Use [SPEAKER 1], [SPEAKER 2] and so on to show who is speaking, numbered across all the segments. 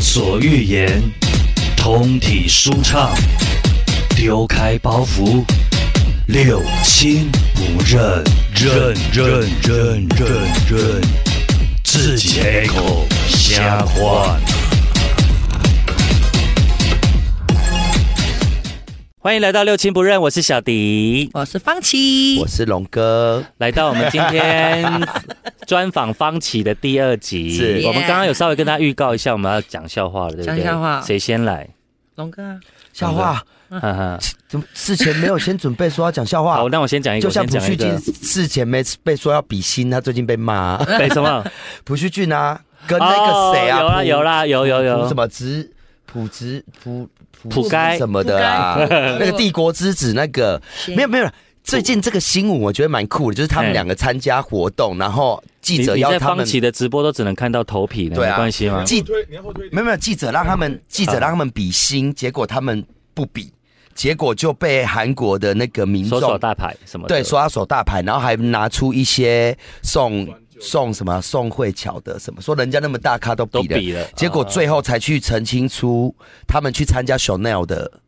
[SPEAKER 1] 所欲言，通体舒畅，丢开包袱，六亲不认，认认认认认，自己开口瞎话。
[SPEAKER 2] 欢迎来到六亲不认，我是小迪。
[SPEAKER 3] 我是方琦
[SPEAKER 4] 我，是龙哥，
[SPEAKER 2] 来到我们今 天专访方琦的第二集，
[SPEAKER 4] 是
[SPEAKER 2] 我们刚刚有稍微跟他预告一下，我们要讲笑话了，对不对？
[SPEAKER 3] 讲笑话嗯
[SPEAKER 2] 谁先来？
[SPEAKER 3] 龙哥啊，
[SPEAKER 4] 笑话，
[SPEAKER 2] 哈哈，
[SPEAKER 4] 怎么事前没有先准备说要讲笑
[SPEAKER 2] 嗯
[SPEAKER 4] 话
[SPEAKER 2] 好，？那我先讲一个，
[SPEAKER 4] 就
[SPEAKER 2] 我
[SPEAKER 4] 像
[SPEAKER 2] 先讲一
[SPEAKER 4] 朴叙俊
[SPEAKER 2] 个。 嗯
[SPEAKER 4] 事前没被说要比心，他最近被骂啊。
[SPEAKER 2] 北什么？
[SPEAKER 4] 朴叙俊啊，跟那个谁啊，
[SPEAKER 2] 哦
[SPEAKER 4] 朴
[SPEAKER 2] 有啦有啦有有有
[SPEAKER 4] 朴什么直朴直朴
[SPEAKER 2] 朴该
[SPEAKER 4] 什么的啊，
[SPEAKER 3] 朴该
[SPEAKER 4] 那个帝国之子那个
[SPEAKER 3] 是
[SPEAKER 4] 没有没有。最近这个新闻我觉得蛮酷的，就是他
[SPEAKER 2] 哎
[SPEAKER 4] 们两个参加活动，然后记
[SPEAKER 2] 你
[SPEAKER 4] 者
[SPEAKER 2] 你
[SPEAKER 4] 要
[SPEAKER 2] 在
[SPEAKER 4] 他
[SPEAKER 2] 方
[SPEAKER 4] 们
[SPEAKER 2] 琦的直播都只能看到头皮呢，
[SPEAKER 4] 对
[SPEAKER 2] 没
[SPEAKER 4] 啊
[SPEAKER 2] 关系啊吗？
[SPEAKER 4] 记没有没有记者让他们记者让他们比心，结果他们不比，结果就被韩国的那个民
[SPEAKER 2] 手手
[SPEAKER 4] 众
[SPEAKER 2] 大牌什么的？
[SPEAKER 4] 对，刷手大牌，然后还拿出一些送送什么宋慧乔的什么，说人家那么大咖都
[SPEAKER 2] 都
[SPEAKER 4] 比了，
[SPEAKER 2] 比了，
[SPEAKER 4] 结果最后才去澄清出他们去参加 Chanel 的
[SPEAKER 2] 哎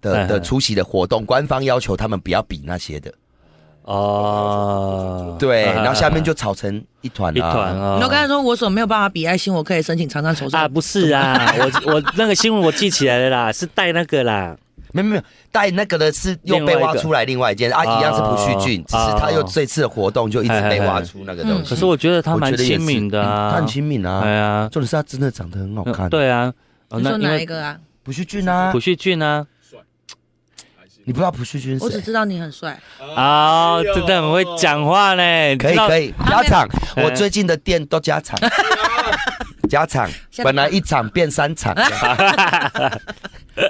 [SPEAKER 4] 的
[SPEAKER 2] 哎
[SPEAKER 4] 的出席的活动，官方要求他们不要比那些的，
[SPEAKER 2] 哦，
[SPEAKER 4] 对，
[SPEAKER 2] 啊
[SPEAKER 4] 然后下面就吵成一团
[SPEAKER 2] 一
[SPEAKER 4] 啦
[SPEAKER 2] 团啊。
[SPEAKER 3] 龙哥还说我所没有办法比爱心，我可以申请长长手
[SPEAKER 2] 啊，
[SPEAKER 3] 上。
[SPEAKER 2] 不是啊，我我那个新闻我记起来了啦，是带那个啦，
[SPEAKER 4] 没有没有，带那个的是又被挖出来另外一件啊，
[SPEAKER 2] 另外一个
[SPEAKER 4] 一样是朴叙俊
[SPEAKER 2] 哦，
[SPEAKER 4] 只是他又这次的活动就一直被挖出那个东西。
[SPEAKER 2] 可是我觉得他
[SPEAKER 4] 我觉
[SPEAKER 2] 蛮
[SPEAKER 4] 得也
[SPEAKER 2] 亲
[SPEAKER 4] 是
[SPEAKER 2] 民的
[SPEAKER 4] 嗯
[SPEAKER 2] 啊，
[SPEAKER 4] 他很亲民
[SPEAKER 2] 哎
[SPEAKER 4] 啊。
[SPEAKER 2] 呀，
[SPEAKER 4] 重点是他真的长得很好看。
[SPEAKER 2] 嗯，对啊，哦
[SPEAKER 3] 你说
[SPEAKER 2] 因
[SPEAKER 3] 哪
[SPEAKER 2] 为
[SPEAKER 3] 一个啊？
[SPEAKER 4] 朴叙俊啊
[SPEAKER 2] 朴，叙俊啊，
[SPEAKER 4] 你不知道朴叙俊
[SPEAKER 3] 我
[SPEAKER 4] 是
[SPEAKER 3] 只
[SPEAKER 4] 谁？
[SPEAKER 3] 知道你很帅，
[SPEAKER 2] 啊、真的很会讲话呢，
[SPEAKER 4] 可以可
[SPEAKER 2] 以，
[SPEAKER 4] 以，加场，
[SPEAKER 2] 嗯
[SPEAKER 4] 我最近的店都加场，加场，
[SPEAKER 3] 下
[SPEAKER 4] 本来一场变三场，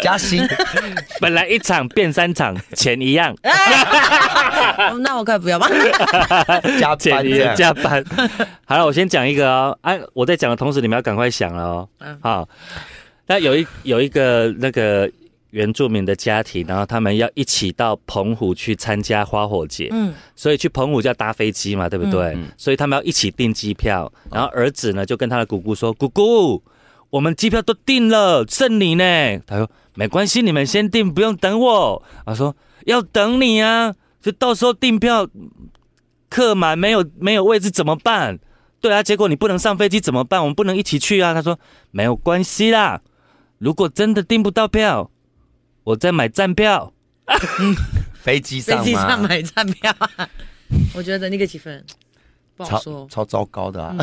[SPEAKER 4] 加薪。
[SPEAKER 2] 本来一场变三场，钱一 样，
[SPEAKER 3] 哦那我可以不要吗？
[SPEAKER 4] 加班
[SPEAKER 2] 钱一
[SPEAKER 4] 这
[SPEAKER 2] 样
[SPEAKER 4] 样。
[SPEAKER 2] 加班。好了，我先讲一个哦，哎、我在讲的同时，你们要赶快想了哦。
[SPEAKER 3] 嗯
[SPEAKER 2] 好，那有一有一个那个原住民的家庭，然后他们要一起到澎湖去参加花火节，
[SPEAKER 3] 嗯，
[SPEAKER 2] 所以去澎湖就要搭飞机嘛，对不对？所以他们要一起订机票，然后儿子呢就跟他的姑姑说：“姑姑，我们机票都订了，剩你呢。”他说：“没关系，你们先订，不用等我。”他说：“要等你啊，就到时候订票客满没有没有位置怎么办？”对啊，结果你不能上飞机怎么办？我们不能一起去啊。他说：“没有关系啦，如果真的订不到票，我再买站票。”
[SPEAKER 4] 飞机
[SPEAKER 3] 飞
[SPEAKER 4] 上
[SPEAKER 3] 机上
[SPEAKER 4] 吗？
[SPEAKER 3] 买站票啊， 我觉得那个几分不好
[SPEAKER 4] 超
[SPEAKER 3] 说。
[SPEAKER 4] 超糟糕的啊，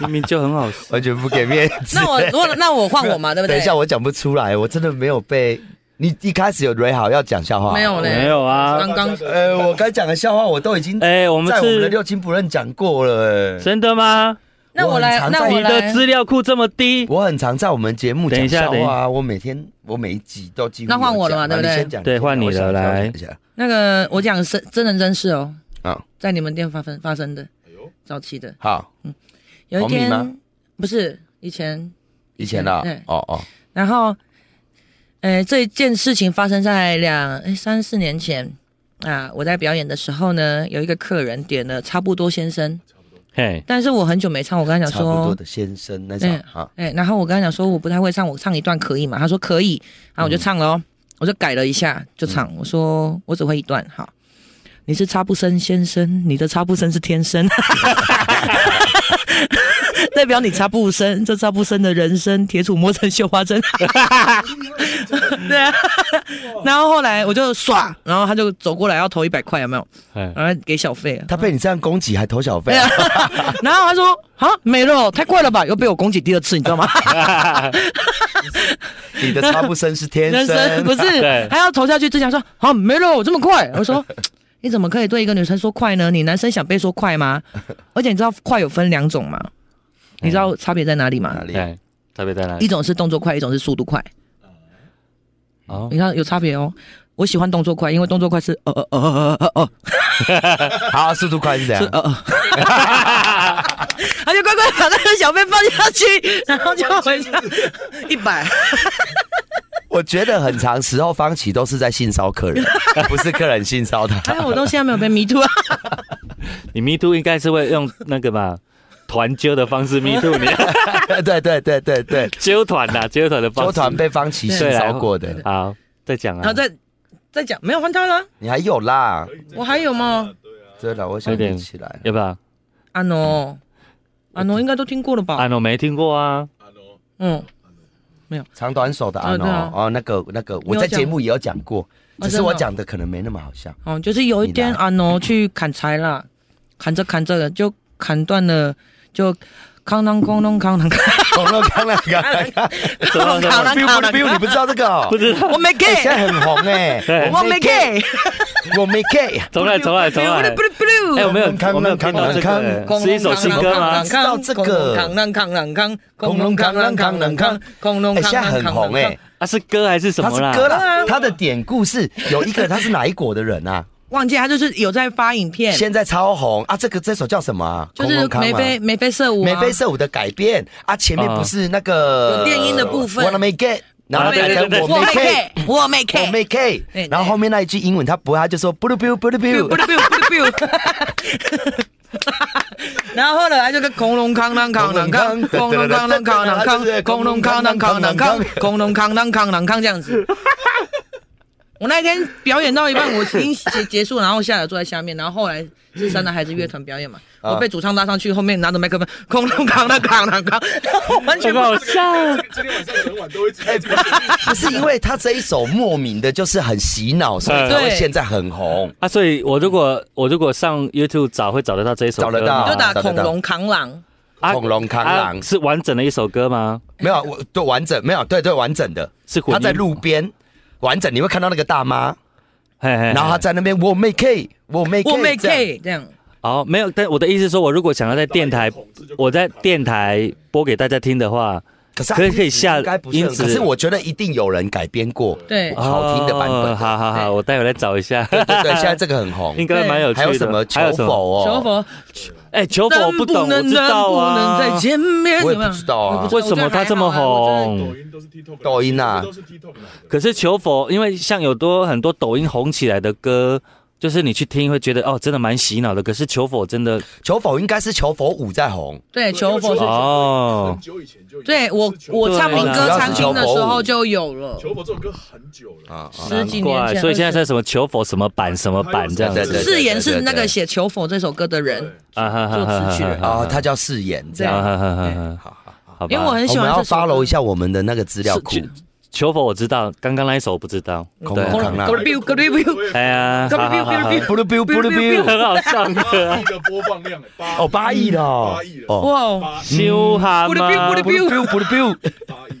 [SPEAKER 2] 明明就很好笑。
[SPEAKER 4] 完全不给面子。
[SPEAKER 3] 那我如果那我换我嘛，对不对？
[SPEAKER 4] 等一下，我讲不出来，我真的没有被你一开始有蕊好要讲笑话，
[SPEAKER 3] 没有嘞，
[SPEAKER 2] 没有啊
[SPEAKER 3] 刚刚
[SPEAKER 4] 呃，我该讲的笑话我都已经
[SPEAKER 2] 哎、我们
[SPEAKER 4] 在我们的
[SPEAKER 2] 是
[SPEAKER 4] 六亲不认讲过了、哎，
[SPEAKER 2] 真的吗？
[SPEAKER 3] 那我来，
[SPEAKER 4] 我很常
[SPEAKER 3] 那
[SPEAKER 4] 在
[SPEAKER 3] 我
[SPEAKER 2] 你
[SPEAKER 3] 来
[SPEAKER 2] 的，资料库这么低？
[SPEAKER 4] 我很常在我们节目
[SPEAKER 2] 等一
[SPEAKER 4] 讲
[SPEAKER 2] 下
[SPEAKER 4] 笑
[SPEAKER 2] 等一
[SPEAKER 4] 话啊，我每天我每一集都几乎
[SPEAKER 3] 那换
[SPEAKER 4] 有
[SPEAKER 3] 我了嘛
[SPEAKER 4] 讲
[SPEAKER 3] 对不
[SPEAKER 4] 啊
[SPEAKER 3] 对
[SPEAKER 4] 你先讲，
[SPEAKER 2] 对
[SPEAKER 4] 先讲
[SPEAKER 2] 换你
[SPEAKER 4] 我想
[SPEAKER 2] 了
[SPEAKER 4] 一下
[SPEAKER 2] 来
[SPEAKER 4] 我想一下
[SPEAKER 3] 那个我讲真真人真事哦，
[SPEAKER 4] 啊，
[SPEAKER 3] 在你们店发生发生的，早期的，
[SPEAKER 4] 好，
[SPEAKER 3] 有一
[SPEAKER 4] 红米吗
[SPEAKER 3] 天不是以前
[SPEAKER 4] 以前的
[SPEAKER 3] 对
[SPEAKER 4] 哦哦，
[SPEAKER 3] 然后，呃，这件事情发生在两诶三四年前啊，我在表演的时候呢，有一个客人点了《差不多先生》，
[SPEAKER 2] 嘿，
[SPEAKER 3] 但是我很久没唱，我跟他讲
[SPEAKER 4] 差不多
[SPEAKER 3] 说，
[SPEAKER 4] 的先生那种啊
[SPEAKER 3] 嗯，
[SPEAKER 4] 哈，
[SPEAKER 3] 哎、然后我跟他讲说我不太会唱，我唱一段可以嘛？他说可以，然后我就唱了哦，我就改了一下就唱，我说我只会一段，好。你是插不生先生，你的插不生是天生， 代表你插不生，这插不生的人生，铁杵磨成绣花针。对啊，然后后来我就耍，然后他就走过来要投一百块，有没有？
[SPEAKER 2] 哎
[SPEAKER 3] 然后给小费啊，
[SPEAKER 4] 他被你这样攻击还投小费啊，
[SPEAKER 3] 然后他说啊没了，太快了吧，又被我攻击第二次，你知道吗？
[SPEAKER 4] 你的差不生是天
[SPEAKER 3] 人生不
[SPEAKER 4] 生，
[SPEAKER 2] 对
[SPEAKER 3] 是，还要投下去之前说好没了，这么快。我说 你怎么可以对一个女生说快呢？你男生想被说快吗？ 而且你知道快有分两种吗？你知道差别在哪里吗
[SPEAKER 4] 哪？里？啊
[SPEAKER 2] 哎，特别在哪
[SPEAKER 3] 一
[SPEAKER 2] 里？
[SPEAKER 3] 种是动作快，一种是速度快。
[SPEAKER 2] 哦
[SPEAKER 3] 你，看有差别哦。我喜欢动作快，因为动作快是呃呃呃呃呃呃呃
[SPEAKER 4] 好，速度快是这样，
[SPEAKER 3] 呃 呃，他就乖乖把那个小费放下去， 然后就回家一 百。
[SPEAKER 4] 我觉得很长时候方琦都是在性骚客人， 不是客人性
[SPEAKER 3] 哎
[SPEAKER 4] 骚他。
[SPEAKER 3] 还有我到现在没有被迷途啊。
[SPEAKER 2] 你 me too 应该是会用那个吧，团揪的方式 me too 你，
[SPEAKER 4] 对对对对 对，
[SPEAKER 2] 揪团 呐，揪团的方
[SPEAKER 4] 周
[SPEAKER 2] 式。
[SPEAKER 4] 团被方琦性骚过的，
[SPEAKER 2] 好，再讲啊。
[SPEAKER 3] 然后再再讲，没有换他了，
[SPEAKER 4] 你还有啦，
[SPEAKER 3] 我还有吗？
[SPEAKER 4] 对了，我想不起来。
[SPEAKER 2] 要啊不要？
[SPEAKER 3] 阿诺，阿
[SPEAKER 4] 嗯
[SPEAKER 3] 诺哦应该都听过了
[SPEAKER 2] 阿
[SPEAKER 3] 吧？
[SPEAKER 2] 诺没听过啊，
[SPEAKER 3] 嗯，
[SPEAKER 4] 长短手的阿
[SPEAKER 3] 对
[SPEAKER 4] 诺
[SPEAKER 3] 对啊
[SPEAKER 4] 哦，那个那个，我
[SPEAKER 3] 有
[SPEAKER 4] 在
[SPEAKER 3] 讲
[SPEAKER 4] 节目也有讲过，只是
[SPEAKER 3] 真的
[SPEAKER 4] 我
[SPEAKER 3] 哦
[SPEAKER 4] 讲的可能没那么好笑。
[SPEAKER 3] 哦，就是有一天
[SPEAKER 4] 你来
[SPEAKER 3] 阿诺去砍柴啦，砍着砍着就砍断了，就康当空当康当，
[SPEAKER 4] 恐龙康哦那个，
[SPEAKER 2] 什么什么
[SPEAKER 3] 当
[SPEAKER 4] 不用不用，你不知道这个哦
[SPEAKER 2] 不？知道。
[SPEAKER 3] 我没
[SPEAKER 4] 哎
[SPEAKER 3] get，
[SPEAKER 4] 现在很红哎，
[SPEAKER 2] 对
[SPEAKER 3] 我没 get，
[SPEAKER 4] 我没 gay，
[SPEAKER 2] 重来，重来，重
[SPEAKER 4] 啊
[SPEAKER 2] 来。哎，我没有，我没有听到这个，是一首新歌吗？
[SPEAKER 3] 扛啷扛啷扛，恐龙扛啷扛啷扛，恐龙
[SPEAKER 4] 哎，
[SPEAKER 3] 扛
[SPEAKER 4] 现在
[SPEAKER 3] 啷
[SPEAKER 4] 很
[SPEAKER 3] 扛
[SPEAKER 4] 红哎，，
[SPEAKER 2] 啊，是歌还是什
[SPEAKER 4] 他
[SPEAKER 2] 么
[SPEAKER 4] 是
[SPEAKER 2] 啦？
[SPEAKER 4] 歌啦，
[SPEAKER 3] 啊
[SPEAKER 4] 他的典故是有一个他是哪一国的人啊？
[SPEAKER 3] 忘记他就是有在发影片，
[SPEAKER 4] 现在超红啊！这个这首叫什么啊？
[SPEAKER 3] 就是眉飞梅飞色舞，啊
[SPEAKER 4] 眉飞，色舞的改变啊！前面不是那个
[SPEAKER 3] 有电音的部分
[SPEAKER 4] 我 a 没 get，然后
[SPEAKER 2] 啊对
[SPEAKER 4] 改
[SPEAKER 2] 对
[SPEAKER 4] 成
[SPEAKER 2] 对
[SPEAKER 4] 我
[SPEAKER 3] 我
[SPEAKER 4] 没
[SPEAKER 3] 没
[SPEAKER 4] get，
[SPEAKER 3] get，我没
[SPEAKER 4] 我
[SPEAKER 3] get，
[SPEAKER 4] 没 get，
[SPEAKER 3] 对
[SPEAKER 4] 然后后面那一句英文他不会，他就说 blue blue blue
[SPEAKER 3] 不
[SPEAKER 4] blue，
[SPEAKER 3] 不不不，然后后来就跟恐龙扛啷扛啷扛，恐龙扛啷扛啷扛，恐龙扛啷扛啷扛，恐龙扛啷扛啷扛这样子。我那天表演到一半，我已经结结束，然后下来坐在下面，然后后来是三男孩子乐团表演嘛，
[SPEAKER 4] 啊
[SPEAKER 3] 我被主唱拉上去，后面拿着麦克风，恐龙扛啷扛啷扛，然后完
[SPEAKER 2] 很
[SPEAKER 3] 全不
[SPEAKER 2] 好笑。
[SPEAKER 4] 不是因为他这一首莫名的就是很洗脑，所以才会
[SPEAKER 3] 对
[SPEAKER 4] 现在很红。
[SPEAKER 2] 啊，所以我如果我如果上 YouTube 找，会找得到这一首歌吗
[SPEAKER 4] 找得到
[SPEAKER 3] 就打恐龙扛狼，
[SPEAKER 2] 啊
[SPEAKER 4] 恐龙扛狼
[SPEAKER 2] 啊是完整的一首歌吗？
[SPEAKER 4] 没有，我对完整没有，对对完整的，
[SPEAKER 2] 是混
[SPEAKER 4] 他
[SPEAKER 2] 音
[SPEAKER 4] 在路边完整，你会看到那个大妈，
[SPEAKER 2] 然
[SPEAKER 4] 然后他在那边我没 get，我没 get，
[SPEAKER 3] 我没
[SPEAKER 4] 这样
[SPEAKER 3] K 这样，
[SPEAKER 2] 哦，没有，但我的意思是说，我如果想要在电台，我在电台播给大家听的话，
[SPEAKER 4] 可是他
[SPEAKER 2] 可以可以下
[SPEAKER 4] 应该不是很
[SPEAKER 2] 音质
[SPEAKER 4] 可是我觉得一定有人改编过，
[SPEAKER 3] 对
[SPEAKER 4] 好听的版
[SPEAKER 2] 哦
[SPEAKER 4] 本。
[SPEAKER 2] 好好好，
[SPEAKER 3] 对
[SPEAKER 2] 我待会来找一下，
[SPEAKER 4] 对对对， 现在这个很红
[SPEAKER 2] 应。该蛮有趣的。
[SPEAKER 4] 还有什么求否哦？
[SPEAKER 3] 求佛。
[SPEAKER 2] 哎，求否我不懂，我
[SPEAKER 3] 能
[SPEAKER 2] 知道
[SPEAKER 3] 能不能
[SPEAKER 2] 啊
[SPEAKER 3] 再。见面？
[SPEAKER 4] 我也不知道啊
[SPEAKER 3] 我不知
[SPEAKER 2] 为什么他这么？红？
[SPEAKER 4] 抖音啊，
[SPEAKER 2] 可是求否，因为像有多很多抖音红起来的歌，就是你去听会觉得哦，真的蛮洗脑的。可是求否真的
[SPEAKER 4] 求否应该是求否五在红，
[SPEAKER 3] 我真的对，求佛是，
[SPEAKER 2] 哦
[SPEAKER 5] 很，久以前就有
[SPEAKER 3] 对我我唱民歌餐厅的时候就有了，
[SPEAKER 5] 求佛这首歌很久了啊，
[SPEAKER 3] 十几年
[SPEAKER 2] 怪，
[SPEAKER 3] 前。
[SPEAKER 2] 所以现在在什么求否什么版什么版这样
[SPEAKER 4] 对对
[SPEAKER 2] 子
[SPEAKER 4] 对
[SPEAKER 3] 誓言是那个写《求否》这首歌的人，
[SPEAKER 2] 啊哈哈哈
[SPEAKER 3] 做词曲人
[SPEAKER 2] 哈
[SPEAKER 4] 啊，他叫誓言这
[SPEAKER 2] 啊
[SPEAKER 4] 样。
[SPEAKER 2] 哈哈哈哈，
[SPEAKER 4] 好好，好
[SPEAKER 2] 好吧
[SPEAKER 3] 因为我很
[SPEAKER 4] 我
[SPEAKER 3] 喜
[SPEAKER 4] 们
[SPEAKER 3] 欢
[SPEAKER 4] 要
[SPEAKER 3] 这首歌。
[SPEAKER 4] follow 一下我们的那个资料库
[SPEAKER 2] 是。求否我知道，刚刚那一首我不知道。
[SPEAKER 4] 恐
[SPEAKER 2] 对
[SPEAKER 4] 龙扛狼
[SPEAKER 3] 咕噜咕噜咕噜咕噜
[SPEAKER 2] 哎呀，
[SPEAKER 3] 哔哔
[SPEAKER 2] 好好好好
[SPEAKER 3] 哔哔
[SPEAKER 4] 不噜不噜不噜不噜，
[SPEAKER 2] 很好上课。
[SPEAKER 5] 一个播放量八
[SPEAKER 4] 哦，八亿了哦，
[SPEAKER 5] 八亿了
[SPEAKER 4] 哦，
[SPEAKER 3] 哇哦！
[SPEAKER 2] 修哈
[SPEAKER 3] 咕噜哔
[SPEAKER 2] 吗
[SPEAKER 3] 咕？噜
[SPEAKER 4] 不噜不噜不噜不噜，
[SPEAKER 5] 八亿，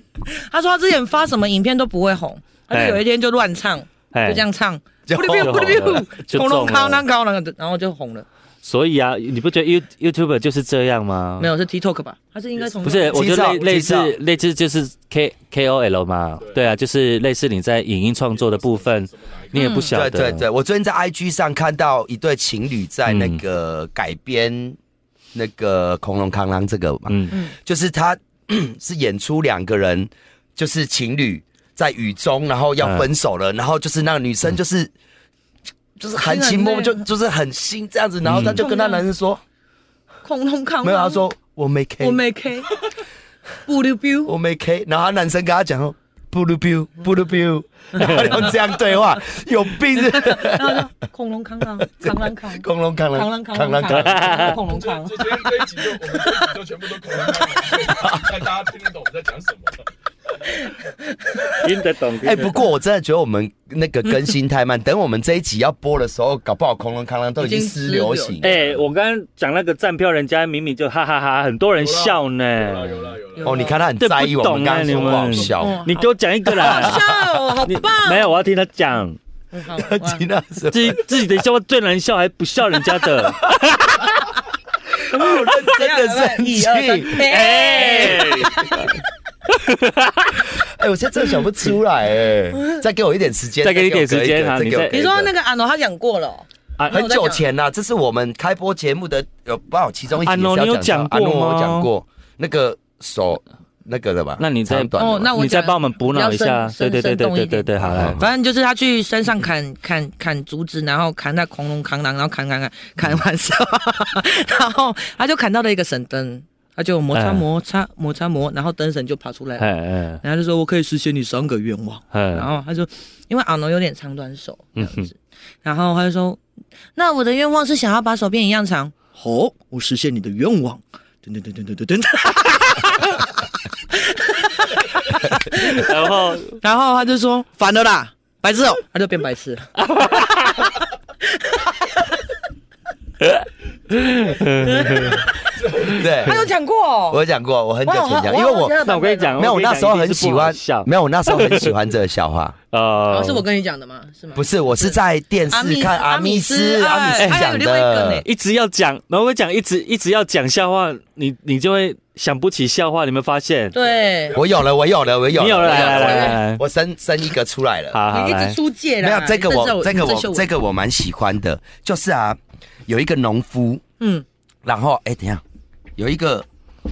[SPEAKER 3] 他说他之前发什么影片都不会红，他就有一天就乱唱，
[SPEAKER 2] 哎
[SPEAKER 3] 就这样唱，咕噜
[SPEAKER 2] 就
[SPEAKER 3] 咕
[SPEAKER 2] 红
[SPEAKER 3] 噜咕噜
[SPEAKER 2] 了 就
[SPEAKER 3] 咕噜，恐龙
[SPEAKER 2] 中了
[SPEAKER 3] 扛啷扛啷，然后就红了。
[SPEAKER 2] 所以啊，你不觉得 You YouTuber 就是这样吗？
[SPEAKER 3] 没有是 TikTok 吧？他是应该从
[SPEAKER 2] 不是，我觉得类类
[SPEAKER 4] 介绍
[SPEAKER 2] 似类似就是 K K O L 嘛，对啊，就是类似你在影音创作的部
[SPEAKER 3] 嗯
[SPEAKER 2] 分，你也不晓
[SPEAKER 4] 对
[SPEAKER 2] 得。
[SPEAKER 4] 对对，我昨天在 IG 上看到一对情侣在那
[SPEAKER 2] 嗯
[SPEAKER 4] 个改编那个恐龙扛狼这个嘛，
[SPEAKER 2] 嗯，
[SPEAKER 4] 就是他 是演出两个人就是情侣在雨中，然后要分手了，然后就是那个女生就是、就是含情脉脉，就
[SPEAKER 3] 心很累
[SPEAKER 4] 就是很心这样子，然后他就跟他男生说，
[SPEAKER 3] 恐龙扛啷，
[SPEAKER 4] 没有，他说嗯我没 K，
[SPEAKER 3] 我没 K，咕噜咕噜。
[SPEAKER 4] 我没 K，然后他男生跟他讲说。不噜 biu，不噜 biu，然后用这样对 话，有病是不是！
[SPEAKER 3] 然后就恐龙扛狼，扛狼扛，
[SPEAKER 4] 恐龙扛
[SPEAKER 3] 扛
[SPEAKER 4] 狼，
[SPEAKER 3] 狼扛，扛狼扛，恐龙扛
[SPEAKER 5] 这。今天这一集就我们这一集就全部都恐龙扛狼，看大家听得懂我们在讲什么。
[SPEAKER 2] 听得懂。
[SPEAKER 4] 哎、不过我真的觉得我们那个更新太慢，等我们这一集要播的时候，搞不好恐龙康啷都已经
[SPEAKER 3] 已经
[SPEAKER 4] 失
[SPEAKER 3] 失
[SPEAKER 4] 流
[SPEAKER 3] 流
[SPEAKER 4] 行。
[SPEAKER 2] 哎、我刚刚讲那个站票，人家明明就哈哈哈很多人笑
[SPEAKER 5] 有啦有
[SPEAKER 2] 呢。
[SPEAKER 5] 啦有啦，
[SPEAKER 4] 哦，你看他很在意
[SPEAKER 2] 这不
[SPEAKER 4] 我
[SPEAKER 2] 懂啊
[SPEAKER 4] 们刚刚说不好笑，
[SPEAKER 3] 你们
[SPEAKER 2] 你给我讲一个 啦。
[SPEAKER 3] 笑哦，好
[SPEAKER 2] 你
[SPEAKER 3] 棒！
[SPEAKER 2] 没有，我要听他讲
[SPEAKER 3] 好，
[SPEAKER 4] 其他是
[SPEAKER 2] 自己自己的笑话最难笑，还不笑人家的。
[SPEAKER 4] 真的生
[SPEAKER 3] 一
[SPEAKER 4] 气。
[SPEAKER 3] 二三
[SPEAKER 4] 哎、，
[SPEAKER 2] 哎、
[SPEAKER 4] 哎我现在真的想不出来 哎、再给我一点时间，
[SPEAKER 2] 再给你一点
[SPEAKER 4] 我
[SPEAKER 2] 时间啊
[SPEAKER 4] 再给我一个
[SPEAKER 2] 你
[SPEAKER 3] 你
[SPEAKER 2] 再
[SPEAKER 3] 说那个阿诺他讲过了哦，
[SPEAKER 2] 啊
[SPEAKER 4] 很久前呐、这是我们开播节目的有，不好，其中一集
[SPEAKER 2] 啊
[SPEAKER 4] 也是
[SPEAKER 2] ，no，
[SPEAKER 4] 要
[SPEAKER 2] 你有
[SPEAKER 4] 讲到
[SPEAKER 2] 讲过
[SPEAKER 4] 啊，no，我
[SPEAKER 2] 吗
[SPEAKER 4] 讲过那个手那个的吧？
[SPEAKER 2] 那你再
[SPEAKER 4] 长短的
[SPEAKER 3] 哦
[SPEAKER 4] 吧
[SPEAKER 3] 那我
[SPEAKER 2] 你再
[SPEAKER 3] 讲
[SPEAKER 2] 帮我们补脑一下
[SPEAKER 3] 要，生
[SPEAKER 2] 对对对
[SPEAKER 3] 生
[SPEAKER 2] 对
[SPEAKER 3] 动一
[SPEAKER 2] 对对
[SPEAKER 3] 点
[SPEAKER 2] 对，好来，
[SPEAKER 3] 反正就是他去山上砍砍砍竹子，然后砍那恐龙扛狼，然后砍砍砍砍完之后， 然后他就砍到了一个神灯，他就摩
[SPEAKER 4] 哎
[SPEAKER 3] 擦
[SPEAKER 2] 嗯
[SPEAKER 3] 摩擦摩擦磨，然后灯神就爬出来了，
[SPEAKER 2] 嗯
[SPEAKER 3] 然后就说我可以实现你三个愿望。
[SPEAKER 2] 嗯
[SPEAKER 3] 然
[SPEAKER 2] 嗯，
[SPEAKER 3] 后他说，因为阿农有点长短手这样子，然后他就说，那我的愿望是想要把手变一样长。好、我实现你的愿望。噔噔噔噔噔噔噔。
[SPEAKER 2] 然后
[SPEAKER 3] 然后他就说反了啦，白痴哦、他就变白痴 了。
[SPEAKER 4] 对，
[SPEAKER 3] 他有讲过哦、
[SPEAKER 4] 我有讲过，我很久前讲，因为我
[SPEAKER 2] 那我跟你讲，
[SPEAKER 4] 没有，我那时候很喜欢，
[SPEAKER 2] 笑，
[SPEAKER 4] 没有，我那时候很喜欢这个笑话。
[SPEAKER 2] 呃
[SPEAKER 3] 哦，是我跟你讲的吗？是吗？
[SPEAKER 4] 不是，我是在电
[SPEAKER 3] 阿密
[SPEAKER 4] 视看阿密斯
[SPEAKER 3] 阿
[SPEAKER 4] 阿
[SPEAKER 3] 密
[SPEAKER 4] 密
[SPEAKER 3] 斯
[SPEAKER 4] 斯
[SPEAKER 3] 哎还有
[SPEAKER 4] 讲
[SPEAKER 3] 另外一个呢
[SPEAKER 4] 的，
[SPEAKER 2] 一直要讲，然后我讲一直一直要讲笑话，你你就会想不起笑话，你有没有发现？
[SPEAKER 3] 对，
[SPEAKER 4] 我有了，我有了，我有
[SPEAKER 2] 你有了，来来
[SPEAKER 4] 我有
[SPEAKER 2] 来来来，
[SPEAKER 4] 我生生一个出来了。
[SPEAKER 2] 好好
[SPEAKER 3] 你一
[SPEAKER 2] 来
[SPEAKER 3] 直，出界啦。
[SPEAKER 4] 没有这个我这个
[SPEAKER 3] 你
[SPEAKER 4] 我
[SPEAKER 3] 个
[SPEAKER 4] 这个我蛮喜欢的，就是啊，有一个农夫，
[SPEAKER 3] 嗯，
[SPEAKER 4] 然后哎、等一下，有一个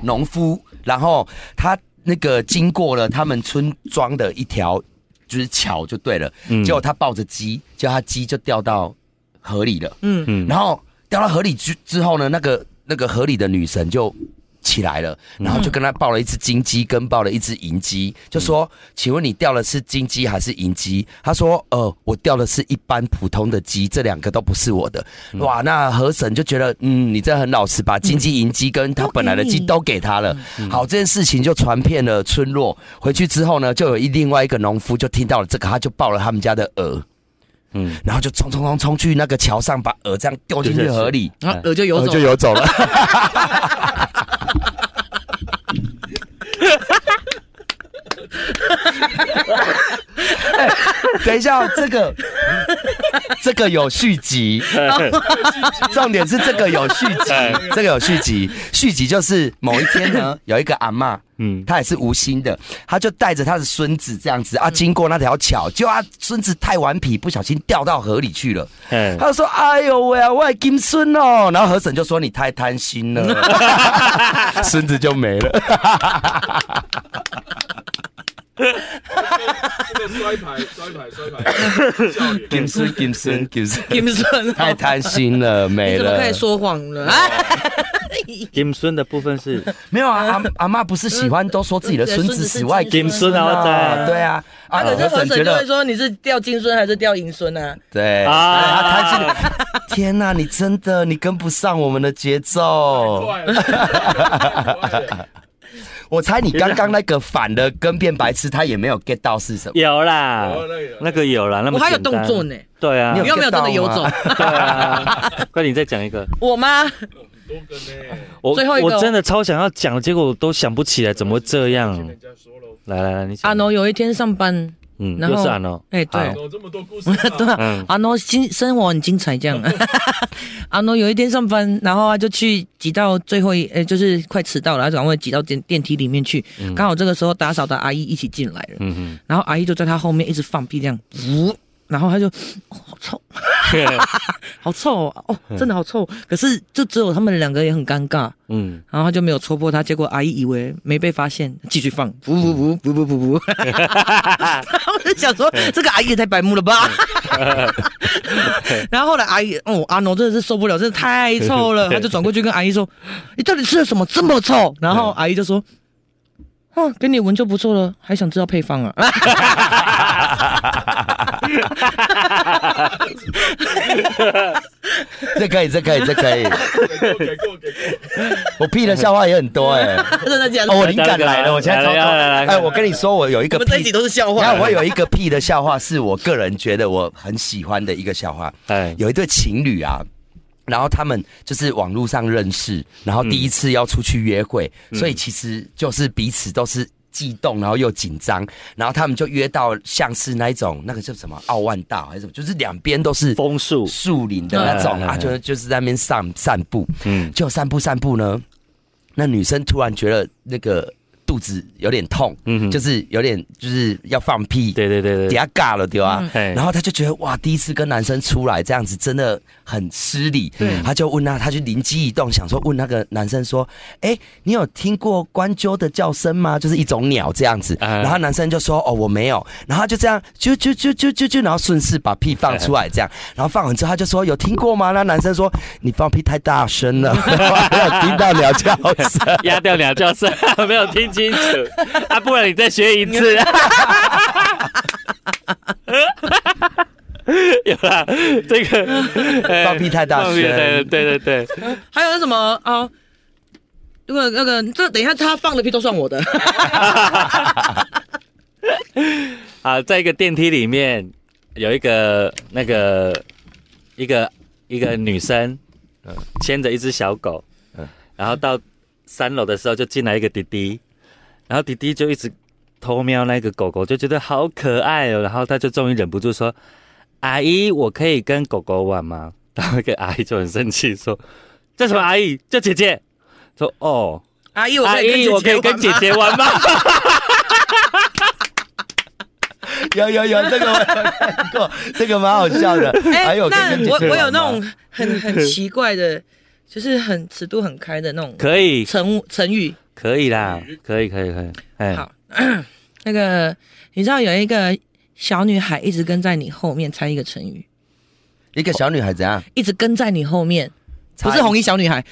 [SPEAKER 4] 农夫，然后他那个经过了他们村庄的一条就是桥就对了，
[SPEAKER 2] 嗯
[SPEAKER 4] 结果他抱着鸡，结果他鸡就掉到河里了，
[SPEAKER 3] 嗯
[SPEAKER 2] 嗯
[SPEAKER 4] 然后掉到河里之之后呢，那个那个河里的女神就。起来了，然后就跟他抱了一只金鸡，跟抱了一只银鸡，就说：“请问你掉的是金鸡还是银鸡？”他说：“呃，我掉的是一般普通的鸡，这两个都不是我的。”哇，那河神就觉得，嗯，你这很老实，把金鸡、银鸡跟他本来的鸡
[SPEAKER 3] 都给你
[SPEAKER 4] 都给他了。好，这件事情就传遍了村落。回去之后呢，就有一另外一个农夫就听到了这个，他就抱了他们家的鹅，
[SPEAKER 2] 嗯，
[SPEAKER 4] 然后就冲冲冲冲去那个桥上，把鹅这样丢进去河里，
[SPEAKER 3] 然后鹅就游
[SPEAKER 4] 鹅
[SPEAKER 3] 走
[SPEAKER 4] 呃就
[SPEAKER 3] 了。
[SPEAKER 4] 游走了。哎等一下哦，这个这个有续 集，重点是这个有续集，这个有续集，续集就是某一天呢，有一个阿嬷，
[SPEAKER 2] 嗯
[SPEAKER 4] 嗯，她也是无心的，她就带着她的孙子这样子啊，经过那条桥，结果她孙子太顽皮，不小心掉到河里去了。
[SPEAKER 2] 嗯
[SPEAKER 4] 他就说：“哎呦喂啊，我的金孙哦。”然后河神就说：“你太贪心了， 孙子就没了。
[SPEAKER 5] 真的摔牌摔牌摔牌，笑脸”。
[SPEAKER 4] 金孙，金孙，金 孙，
[SPEAKER 3] 你们说呢
[SPEAKER 4] 太贪心了，哦没
[SPEAKER 3] 你怎么
[SPEAKER 4] 了。
[SPEAKER 3] 可以说谎呢？哎
[SPEAKER 2] 金孙的部分是
[SPEAKER 4] 没有啊？阿阿妈不是喜欢都说自己的孙子死外
[SPEAKER 2] 金孙啊，我在
[SPEAKER 4] 对啊，啊，
[SPEAKER 3] 可是
[SPEAKER 4] 河
[SPEAKER 3] 河
[SPEAKER 4] 神
[SPEAKER 3] 神
[SPEAKER 4] 觉
[SPEAKER 3] 就会
[SPEAKER 4] 得
[SPEAKER 3] 说你是掉金孙还是掉银孙啊？
[SPEAKER 4] 对
[SPEAKER 2] 啊
[SPEAKER 4] 啊，对他贪心了。天哪，你真的你跟不上我们的节奏。
[SPEAKER 5] 快了，快了
[SPEAKER 4] 我猜你刚刚那个反的跟变白痴，他也没有 get 到是什么。
[SPEAKER 2] 有啦
[SPEAKER 5] 有哦那个有，
[SPEAKER 2] 那个有啦，那么
[SPEAKER 3] 我还有
[SPEAKER 2] 简单
[SPEAKER 3] 动作呢，
[SPEAKER 2] 对啊
[SPEAKER 4] 你
[SPEAKER 3] 你，有没有真的游走？
[SPEAKER 2] 对啊，快点再讲一个，
[SPEAKER 3] 我吗？
[SPEAKER 5] 多个呢。
[SPEAKER 2] 我
[SPEAKER 3] 最后一个哦
[SPEAKER 2] 我真的超想要讲，结果我都想不起来，怎么会这样？
[SPEAKER 5] 人家说了，
[SPEAKER 2] 来来来，你讲
[SPEAKER 3] 阿，农有一天上班，
[SPEAKER 2] 嗯，
[SPEAKER 3] 然后
[SPEAKER 2] 又是阿农，
[SPEAKER 3] 哎对
[SPEAKER 2] 好
[SPEAKER 5] 有这么多故事啊，
[SPEAKER 3] 对啊
[SPEAKER 2] 嗯，
[SPEAKER 3] 阿诺精生活很精彩，这样。 阿诺有一天上班，然后他啊就去挤到最后一，呃、就是快迟到了，他赶快挤到电电梯里面去。刚、好这个时候打扫的阿姨一起进来了，
[SPEAKER 2] 嗯
[SPEAKER 3] 然后阿姨就在他后面一直放屁，这样，呜，然后他就、哦好臭，
[SPEAKER 2] 哼，
[SPEAKER 3] 好臭哦，哦，真的好臭。可是就只有他们两个也很尴尬，
[SPEAKER 2] 嗯，
[SPEAKER 3] 然后他就没有戳破他，结果阿姨以为没被发现，继续放，噗噗噗噗噗噗噗，然后我就想说这个阿姨也太白目了吧。 然后后来阿姨，哦，阿农真的是受不了，真的太臭了，他就转过去跟阿姨说：“你到底吃了什么这么臭？”然后阿姨就说：“哼，给你闻就不错了，还想知道配方啊？
[SPEAKER 4] 这可以，这可以，这可以。
[SPEAKER 5] 给过给过给过。
[SPEAKER 4] 我屁的笑话也很多哎。
[SPEAKER 3] 真的假的？
[SPEAKER 4] 哦，我灵感来了，我现在超
[SPEAKER 2] 来来来来
[SPEAKER 4] 多。哎，我跟你说，我有一
[SPEAKER 3] 我
[SPEAKER 4] 个
[SPEAKER 3] 们这一集
[SPEAKER 4] 屁，
[SPEAKER 3] 都是笑
[SPEAKER 4] 你
[SPEAKER 3] 话
[SPEAKER 4] 看。我有一个屁的笑话，是我个人觉得我很喜欢的一个笑话。
[SPEAKER 2] 哎，
[SPEAKER 4] 有一对情侣啊，然后他们就是网络上认识，然后第一次要出去约会，
[SPEAKER 2] 嗯
[SPEAKER 4] 所以其实就是彼此都是。悸动，然后又紧张，然后他们就约到像是那一种那个叫什么奥万大还是什么，就是两边都是
[SPEAKER 2] 枫树，
[SPEAKER 4] 树林的那种
[SPEAKER 2] 嗯
[SPEAKER 4] 啊，
[SPEAKER 2] 嗯嗯
[SPEAKER 4] 就就是在那边散散步，
[SPEAKER 2] 嗯
[SPEAKER 4] 就散步散步呢，那女生突然觉得那个肚子有点痛，
[SPEAKER 2] 嗯
[SPEAKER 4] 嗯，
[SPEAKER 2] 哼
[SPEAKER 4] 就是有点就是要放屁，
[SPEAKER 2] 对对对对
[SPEAKER 4] 底下尬了对啊哎吧、
[SPEAKER 2] 嗯
[SPEAKER 4] 然后他就觉得哇，第一次跟男生出来这样子真的很失礼，
[SPEAKER 2] 对
[SPEAKER 4] 他就问他，他就灵机一动，想说问那个男生说，哎、你有听过关鸠的叫声吗？就是一种鸟这样子，
[SPEAKER 2] 嗯
[SPEAKER 4] 然后男生就说哦我没有，然后他就这样啾啾啾啾啾啾，然后顺势把屁放出来这样，然后放完之后他就说有听过吗？那男生说你放屁太大声了， 没有听到鸟叫声。
[SPEAKER 2] 压掉两教声， 没有听清楚啊！不然你再学一 次。 有啦，这个哎
[SPEAKER 4] 放屁太大声
[SPEAKER 2] 放屁对对对对，
[SPEAKER 3] 还有那什么哦，如果那个这等一下他放的屁都算我的，
[SPEAKER 2] 啊，在一个电梯里面有一个那个一个一个女生
[SPEAKER 3] 嗯
[SPEAKER 2] 牵着一只小狗，然后到三楼的时候就进来一个弟弟，然后弟弟就一直偷瞄那个狗狗，就觉得好可爱哦，然后他就终于忍不住说：“阿姨，我可以跟狗狗玩吗？” 然后那个阿姨就很生气说：“叫什么阿姨？叫姐姐。”说：“哦，
[SPEAKER 3] 阿姨我
[SPEAKER 2] 阿
[SPEAKER 3] 可以
[SPEAKER 2] 姨，我可以跟
[SPEAKER 3] 跟
[SPEAKER 2] 姐
[SPEAKER 3] 姐
[SPEAKER 2] 姐玩吗？”
[SPEAKER 4] 有有有，这个我有看过，这个蛮好笑的。
[SPEAKER 3] 玩吗
[SPEAKER 4] 还
[SPEAKER 3] 哎
[SPEAKER 4] 有，
[SPEAKER 3] 那
[SPEAKER 4] 跟跟姐
[SPEAKER 3] 我
[SPEAKER 4] 姐
[SPEAKER 3] 我有
[SPEAKER 4] 玩
[SPEAKER 3] 那
[SPEAKER 4] 吗
[SPEAKER 3] 种很很奇怪的，就是很尺度很开的那种
[SPEAKER 2] 可以，
[SPEAKER 3] 成成语。
[SPEAKER 2] 可以啦，可以，可以，可以。哎，
[SPEAKER 3] 好，那个你知道有一个小女孩一直跟在你后面，猜一个成语，
[SPEAKER 4] 一个小女孩怎样？
[SPEAKER 3] 一直跟在你后面，不
[SPEAKER 4] 猜
[SPEAKER 3] 是红衣小女孩，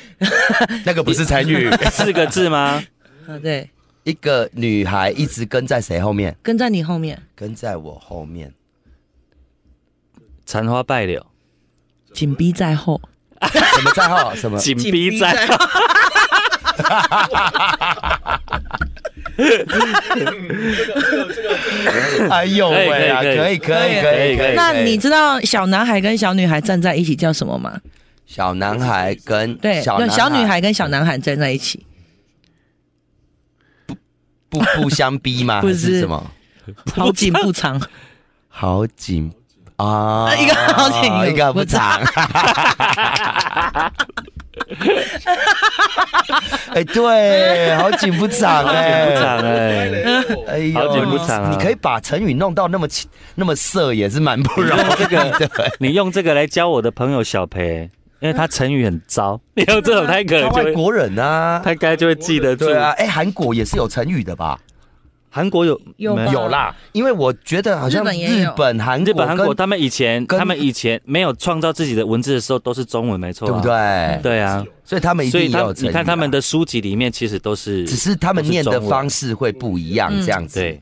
[SPEAKER 4] 那个不是参与，
[SPEAKER 2] 四个字吗？
[SPEAKER 3] 啊对，
[SPEAKER 4] 一个女孩一直跟在谁后面？
[SPEAKER 3] 跟在你后面，
[SPEAKER 4] 跟在我后面。
[SPEAKER 2] 残花败柳，
[SPEAKER 3] 紧逼在后，
[SPEAKER 4] 什么账号？ 什么？
[SPEAKER 2] 紧逼在。
[SPEAKER 3] 后。
[SPEAKER 4] 哎呦喂啊！
[SPEAKER 2] 可
[SPEAKER 4] 可
[SPEAKER 2] 以
[SPEAKER 4] 以可以
[SPEAKER 2] 可
[SPEAKER 4] 可
[SPEAKER 2] 以
[SPEAKER 4] 以
[SPEAKER 2] 可
[SPEAKER 4] 可
[SPEAKER 2] 以
[SPEAKER 4] 以。
[SPEAKER 3] 那你知道小男孩跟小女孩站在一起叫什么吗？
[SPEAKER 4] 小男孩跟
[SPEAKER 3] 对，
[SPEAKER 4] 小男
[SPEAKER 3] 就小女孩跟小男孩站在一起，
[SPEAKER 4] 不不相逼 吗？
[SPEAKER 3] 不
[SPEAKER 4] 还
[SPEAKER 3] 是
[SPEAKER 4] 是什么？
[SPEAKER 3] 好景不长，
[SPEAKER 4] 好紧啊！
[SPEAKER 3] 一个好紧一个
[SPEAKER 4] 一个不长。 哎，对，好紧不长
[SPEAKER 2] 好
[SPEAKER 4] 哎，
[SPEAKER 2] 景不长哎，
[SPEAKER 4] 哎呦，
[SPEAKER 2] 好景不长啊
[SPEAKER 4] 你可以把成语弄到那么清那么色，也是蛮不容易 的。
[SPEAKER 2] 你用这个来教我的朋友小培，因为他成语很糟，你用这种他可
[SPEAKER 4] 他
[SPEAKER 2] 能就
[SPEAKER 4] 外
[SPEAKER 2] 会，
[SPEAKER 4] 国人啊
[SPEAKER 2] 他，应该就会记得住
[SPEAKER 4] 对。啊，哎，韩国也是有成语的吧？
[SPEAKER 2] 韩国有
[SPEAKER 3] 有
[SPEAKER 2] 没
[SPEAKER 3] 吧
[SPEAKER 4] 有啦，因为我觉得好像
[SPEAKER 3] 日本也
[SPEAKER 4] 日
[SPEAKER 3] 有
[SPEAKER 4] 本、韩
[SPEAKER 2] 嗯日
[SPEAKER 4] 国
[SPEAKER 2] 本、韩国，
[SPEAKER 4] 跟
[SPEAKER 2] 他们以前
[SPEAKER 4] 跟
[SPEAKER 2] 他们以前没有创造自己的文字的时候，都是中文，没错
[SPEAKER 4] 对
[SPEAKER 2] 啊，
[SPEAKER 4] 不对？
[SPEAKER 2] 对啊，
[SPEAKER 4] 所以他们一
[SPEAKER 2] 所
[SPEAKER 4] 定
[SPEAKER 2] 以
[SPEAKER 4] 也
[SPEAKER 2] 他
[SPEAKER 4] 有成语啊。
[SPEAKER 2] 你看他们的书籍里面其实都是，
[SPEAKER 4] 只是他们念的方式会不一样，
[SPEAKER 3] 嗯
[SPEAKER 4] 这样子。
[SPEAKER 2] 对，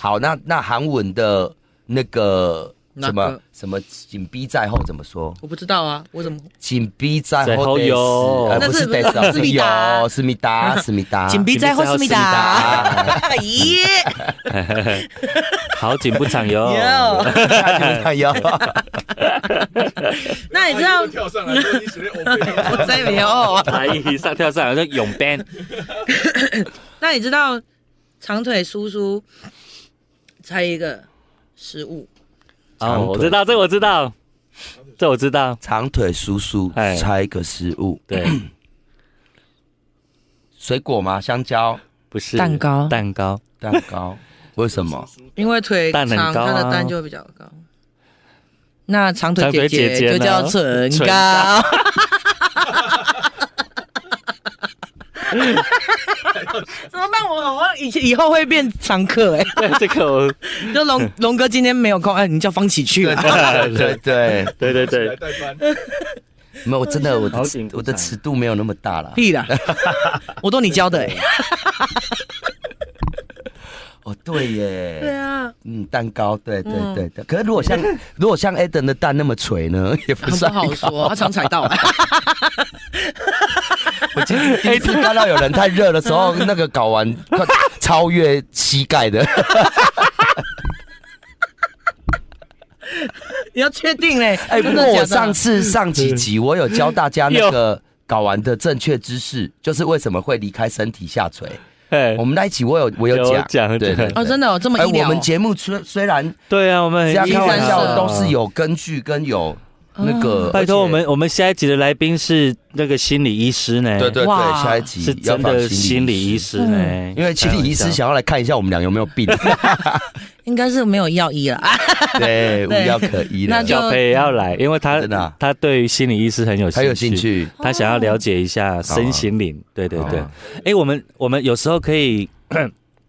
[SPEAKER 4] 好，那那韩文的那个
[SPEAKER 3] 哪
[SPEAKER 4] 什么
[SPEAKER 3] 个
[SPEAKER 4] 什么紧逼在后怎么说？
[SPEAKER 3] 我不知道啊，我怎么
[SPEAKER 4] 紧逼在
[SPEAKER 2] 在后
[SPEAKER 4] 后得
[SPEAKER 2] 哟
[SPEAKER 4] 死，呃
[SPEAKER 3] 那
[SPEAKER 4] 不是
[SPEAKER 3] 是
[SPEAKER 4] 得死啊，
[SPEAKER 3] 思
[SPEAKER 4] 是
[SPEAKER 3] 密达
[SPEAKER 4] 有思密 达，思密
[SPEAKER 2] 啊
[SPEAKER 4] 达，
[SPEAKER 3] 紧逼在后思密
[SPEAKER 4] 啊
[SPEAKER 3] 达？ 咦，
[SPEAKER 2] 好景不长 哟。
[SPEAKER 3] 哟
[SPEAKER 4] 哎呦，
[SPEAKER 3] 那你知道
[SPEAKER 5] 啊
[SPEAKER 3] 嗯
[SPEAKER 5] 跳上来，说你写的 OK，
[SPEAKER 3] 我真没有？
[SPEAKER 2] 哎，上跳上好像泳 b
[SPEAKER 3] 那你知道长腿叔叔猜一个食物？
[SPEAKER 2] 哦，
[SPEAKER 4] 长
[SPEAKER 2] 我
[SPEAKER 4] 腿
[SPEAKER 2] 知道，这我知道，这我知道。
[SPEAKER 4] 长腿叔叔
[SPEAKER 2] 哎
[SPEAKER 4] 猜个食物，
[SPEAKER 2] 对，
[SPEAKER 4] 水果吗？香蕉、
[SPEAKER 2] 不是
[SPEAKER 3] 蛋糕
[SPEAKER 2] 蛋糕，
[SPEAKER 4] 蛋糕，为什么？
[SPEAKER 3] 因为腿长，
[SPEAKER 2] 蛋很高啊
[SPEAKER 3] 它的蛋就会比较高。那长腿
[SPEAKER 2] 长
[SPEAKER 3] 姐
[SPEAKER 2] 腿姐姐呢
[SPEAKER 3] 就叫唇
[SPEAKER 2] 唇
[SPEAKER 3] 膏， 怎么办？我好像以前以后会变常客哎、
[SPEAKER 2] 这个我，
[SPEAKER 3] 就龙龙哥今天没有空，哎，你叫方琪去啊。
[SPEAKER 4] 对对对，
[SPEAKER 2] 对对对，
[SPEAKER 5] 来代班。
[SPEAKER 4] 没有，我真的我的
[SPEAKER 2] 好
[SPEAKER 4] 尺
[SPEAKER 2] 紧不
[SPEAKER 4] 我的
[SPEAKER 2] 长
[SPEAKER 4] 尺度没有那么大啦。
[SPEAKER 3] 屁 啦，我都你教的哎、
[SPEAKER 4] 哦，对耶，
[SPEAKER 3] 对啊，
[SPEAKER 4] 嗯，蛋糕，对对
[SPEAKER 3] 嗯
[SPEAKER 4] 对对。可是如 果像如果像 Eden 的蛋那么垂呢， 也不
[SPEAKER 3] 很不
[SPEAKER 4] 算
[SPEAKER 3] 好说，他常踩到、
[SPEAKER 4] 我其实第一次看到有人太热的 时候，那个睾丸快超越膝盖的，
[SPEAKER 3] 你要确定嘞、
[SPEAKER 4] 哎，不
[SPEAKER 3] 真
[SPEAKER 4] 过
[SPEAKER 3] 的假的
[SPEAKER 4] 我上次上几集我有教大家那个睾丸的正确知识，就是为什么会离开身体下垂。
[SPEAKER 2] 哎
[SPEAKER 4] 我，们那一集我有我有
[SPEAKER 2] 有
[SPEAKER 4] 讲，
[SPEAKER 2] 讲
[SPEAKER 4] 对对
[SPEAKER 2] 对
[SPEAKER 4] 对
[SPEAKER 3] 哦，真的、哦、这么
[SPEAKER 4] 哎，
[SPEAKER 3] 医疗、
[SPEAKER 4] 我们节目虽虽然
[SPEAKER 2] 对啊，我们
[SPEAKER 4] 这
[SPEAKER 2] 很
[SPEAKER 4] 样
[SPEAKER 3] 医
[SPEAKER 4] 开玩
[SPEAKER 3] 生
[SPEAKER 4] 笑
[SPEAKER 3] 社
[SPEAKER 4] 都是有根据跟有那
[SPEAKER 3] 哦
[SPEAKER 4] 个，
[SPEAKER 2] 拜托
[SPEAKER 4] 而且
[SPEAKER 2] 我们，我们下一集的来宾是那个心理医师呢，
[SPEAKER 4] 对对对，
[SPEAKER 3] 哇
[SPEAKER 4] 下一集
[SPEAKER 2] 是
[SPEAKER 4] 要
[SPEAKER 2] 真
[SPEAKER 4] 放
[SPEAKER 2] 的心理医
[SPEAKER 4] 师，
[SPEAKER 2] 师呢，
[SPEAKER 4] 因为心理医师想要来看一下我们俩有没有 病，
[SPEAKER 3] 应该是没有药医了啊。
[SPEAKER 4] 对，无
[SPEAKER 3] 对
[SPEAKER 4] 药可医
[SPEAKER 3] 那
[SPEAKER 4] 了，
[SPEAKER 3] 就
[SPEAKER 2] 小培也要来，因为他
[SPEAKER 4] 真的啊
[SPEAKER 2] 他对于心理医师很有
[SPEAKER 4] 还有兴趣，哦
[SPEAKER 2] 他想要了解一下身心灵，对对对
[SPEAKER 4] 好啊。
[SPEAKER 2] 哎，我们我们有时候可以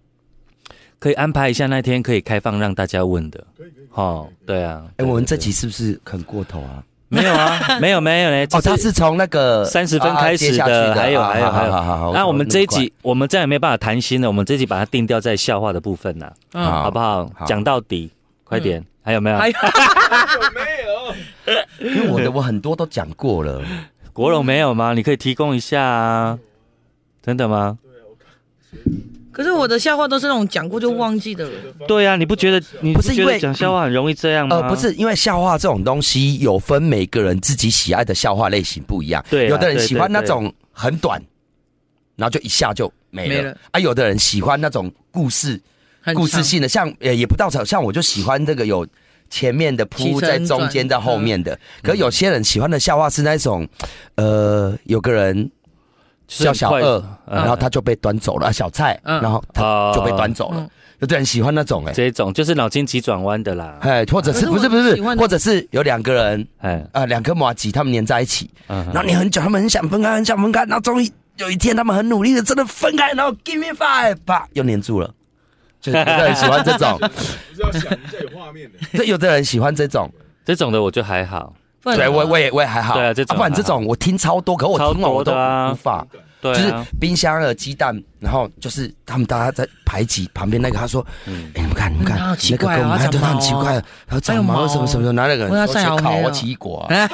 [SPEAKER 2] 可以安排一下那天可以开放让大家问的，哦，对啊。
[SPEAKER 4] 哎，我们这
[SPEAKER 2] 对
[SPEAKER 4] 集是不是很过头啊？
[SPEAKER 2] 没有啊，没有没有嘞，
[SPEAKER 4] 哦，
[SPEAKER 2] 只
[SPEAKER 4] 他是从那个
[SPEAKER 2] 30分开始的
[SPEAKER 4] 啊接下去的，
[SPEAKER 2] 还有
[SPEAKER 4] 啊
[SPEAKER 2] 还有
[SPEAKER 4] 好
[SPEAKER 2] 还有
[SPEAKER 4] 好好好，
[SPEAKER 2] 那我们这一集
[SPEAKER 4] 么
[SPEAKER 2] 我们再也没办法谈心了，我们这一集把它定掉在笑话的部分啦，
[SPEAKER 4] 快，
[SPEAKER 2] 嗯
[SPEAKER 3] 嗯
[SPEAKER 2] 好不好？讲到底，快点，还有没有？
[SPEAKER 3] 还有
[SPEAKER 5] 没有，
[SPEAKER 4] 因为我的我很多都讲过了，
[SPEAKER 2] 国荣没有吗？你可以提供一下啊，真的吗？
[SPEAKER 3] 可是我的笑话都是那种讲过就忘记的了。
[SPEAKER 2] 对呀、啊，你不觉得你不
[SPEAKER 4] 不是因
[SPEAKER 2] 觉得
[SPEAKER 4] 为
[SPEAKER 2] 讲笑话很容易这样吗？
[SPEAKER 4] 呃，不，是，因为笑话这种东西有分每个人自己喜爱的笑话类型不一样，
[SPEAKER 2] 对啊
[SPEAKER 4] 有的人喜欢
[SPEAKER 2] 对对
[SPEAKER 4] 那
[SPEAKER 2] 对
[SPEAKER 4] 种很短，然后就一下就没了，
[SPEAKER 3] 没了
[SPEAKER 4] 啊，有的人喜欢那种故事
[SPEAKER 3] 很
[SPEAKER 4] 故事
[SPEAKER 3] 长
[SPEAKER 4] 性的，像呃也不到像我就喜欢这个有前面的
[SPEAKER 3] 起
[SPEAKER 4] 铺
[SPEAKER 3] 承
[SPEAKER 4] 在中间
[SPEAKER 2] 嗯
[SPEAKER 4] 到
[SPEAKER 3] 转
[SPEAKER 4] 后面的，可有些人喜欢的笑话是那种，呃，有个人
[SPEAKER 2] 就是
[SPEAKER 4] 叫
[SPEAKER 2] 很
[SPEAKER 4] 小
[SPEAKER 2] 快
[SPEAKER 4] 二，
[SPEAKER 2] 嗯哦
[SPEAKER 4] 然后他就被端走了，啊小蔡，
[SPEAKER 3] 嗯
[SPEAKER 4] 然后他就被端走了
[SPEAKER 3] 嗯，
[SPEAKER 4] 有的人喜欢那种哎、
[SPEAKER 2] 这种就是脑筋急转弯的啦。
[SPEAKER 4] 哎，或者是
[SPEAKER 3] 可是
[SPEAKER 4] 不是
[SPEAKER 3] 我
[SPEAKER 4] 不是
[SPEAKER 3] 喜，欢的
[SPEAKER 4] 或者是有两个人
[SPEAKER 2] 哎，
[SPEAKER 4] 啊，两颗麻吉他们粘在一起，
[SPEAKER 2] 嗯
[SPEAKER 4] 然后你很久，他们很想分开，很想分开，然后终于有一天他们很努力的真的分开，然后 give me five，啪，又粘住了。就是有的人喜欢 这种，
[SPEAKER 5] 不是要想一下有画面的，
[SPEAKER 4] 这有的人喜欢这种，
[SPEAKER 2] 这种的我就还好。
[SPEAKER 3] 不然
[SPEAKER 4] 对我我也我也还好，
[SPEAKER 2] 对啊这种
[SPEAKER 4] 不然这
[SPEAKER 2] 还好
[SPEAKER 4] 种我听超多，可我
[SPEAKER 2] 超
[SPEAKER 4] 听完我都
[SPEAKER 2] 多的啊
[SPEAKER 4] 无法，
[SPEAKER 2] 对
[SPEAKER 4] 就是
[SPEAKER 2] 啊，
[SPEAKER 4] 冰箱的鸡蛋，然后就是他们大家在排挤旁边那个，他说：“哎、你们看，你们看，
[SPEAKER 3] 嗯好奇
[SPEAKER 4] 那个
[SPEAKER 3] 怪哦
[SPEAKER 4] 跟我们
[SPEAKER 3] 它
[SPEAKER 4] 哎对，
[SPEAKER 3] 长
[SPEAKER 4] 他很
[SPEAKER 3] 毛
[SPEAKER 4] 奇
[SPEAKER 3] 哦
[SPEAKER 4] 怪，然后
[SPEAKER 3] 还有
[SPEAKER 4] 长毛
[SPEAKER 3] 毛
[SPEAKER 4] 什么什么什么，拿那个
[SPEAKER 3] 我要
[SPEAKER 4] 人说
[SPEAKER 3] 晒好
[SPEAKER 4] 去烤
[SPEAKER 3] 黑
[SPEAKER 4] 我
[SPEAKER 3] 哦
[SPEAKER 4] 奇异果啊、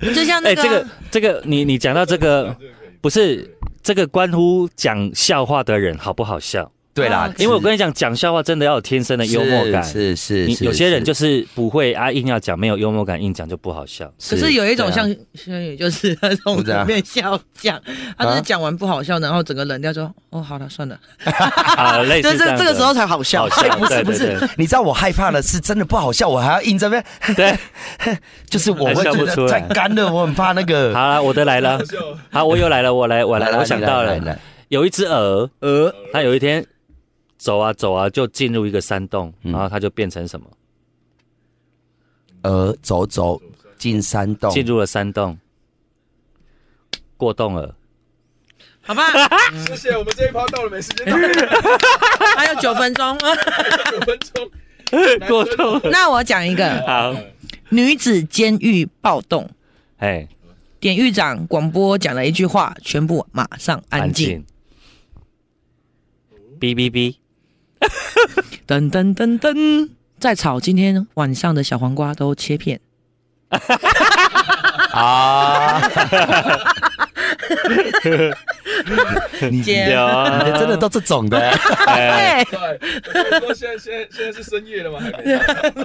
[SPEAKER 3] 就像
[SPEAKER 2] 哎，
[SPEAKER 3] 那
[SPEAKER 2] 这
[SPEAKER 3] 个啊
[SPEAKER 2] 个这个，你你讲到这个，不是这个关乎讲笑话的人好不好笑？
[SPEAKER 4] 对啦
[SPEAKER 3] 哦，
[SPEAKER 4] 是
[SPEAKER 2] 因为我跟你讲，讲笑话真的要有天生的幽默感。
[SPEAKER 4] 是是
[SPEAKER 2] 你
[SPEAKER 4] 是，
[SPEAKER 2] 有些人就是是不会啊，硬要讲，没有幽默感，硬讲就不好笑。
[SPEAKER 3] 可是有一种像轩宇，就是那种
[SPEAKER 4] 对啊
[SPEAKER 3] 里面笑讲，他就
[SPEAKER 4] 啊
[SPEAKER 3] 是讲完不好笑，然后整个冷掉说：“哦，好了，算了。
[SPEAKER 2] 啊，”类
[SPEAKER 3] 就
[SPEAKER 2] 似
[SPEAKER 3] 是
[SPEAKER 2] 这样
[SPEAKER 3] 这
[SPEAKER 2] 的
[SPEAKER 3] 个时候才好笑
[SPEAKER 2] 好。笑，
[SPEAKER 4] 不是
[SPEAKER 2] 对
[SPEAKER 4] 不
[SPEAKER 2] 对
[SPEAKER 4] 是
[SPEAKER 2] 对，
[SPEAKER 4] 你知道我害怕的是真的不好笑，我还要硬这边，
[SPEAKER 2] 对。
[SPEAKER 4] 就是我会
[SPEAKER 2] 还笑
[SPEAKER 4] 觉
[SPEAKER 2] 不出
[SPEAKER 4] 得
[SPEAKER 2] 来
[SPEAKER 4] 太干了，我很怕那个。
[SPEAKER 2] 好了，我的来了，好，我又来了，我来，我来，
[SPEAKER 4] 来
[SPEAKER 2] 我想到了，有一只鹅，鹅，它有一天走啊走啊，就进入一个山洞，
[SPEAKER 4] 嗯
[SPEAKER 2] 然后它就变成什么？
[SPEAKER 4] 鹅呃走走进山洞，
[SPEAKER 2] 进入了山洞，过洞了。
[SPEAKER 3] 好吧，
[SPEAKER 5] 嗯谢谢，我们这一趴到了，没时间，
[SPEAKER 3] 还有九分钟。
[SPEAKER 5] 九分钟，
[SPEAKER 2] 过洞了。
[SPEAKER 3] 那我讲一个
[SPEAKER 2] 好，
[SPEAKER 5] 嗯
[SPEAKER 3] 女子监狱暴动，
[SPEAKER 2] 哎，
[SPEAKER 3] 典狱长广播讲了一句话，全部马上安静。。
[SPEAKER 2] 哔哔哔，
[SPEAKER 3] 噔噔噔噔，在炒今天晚上的小黄瓜都 切片。
[SPEAKER 4] 啊！你
[SPEAKER 3] 姐
[SPEAKER 2] 有啊
[SPEAKER 4] 你的真的都这种 的，
[SPEAKER 2] 哎，
[SPEAKER 3] 哎，
[SPEAKER 5] 对，说现在现在现在是深夜了吗？还没，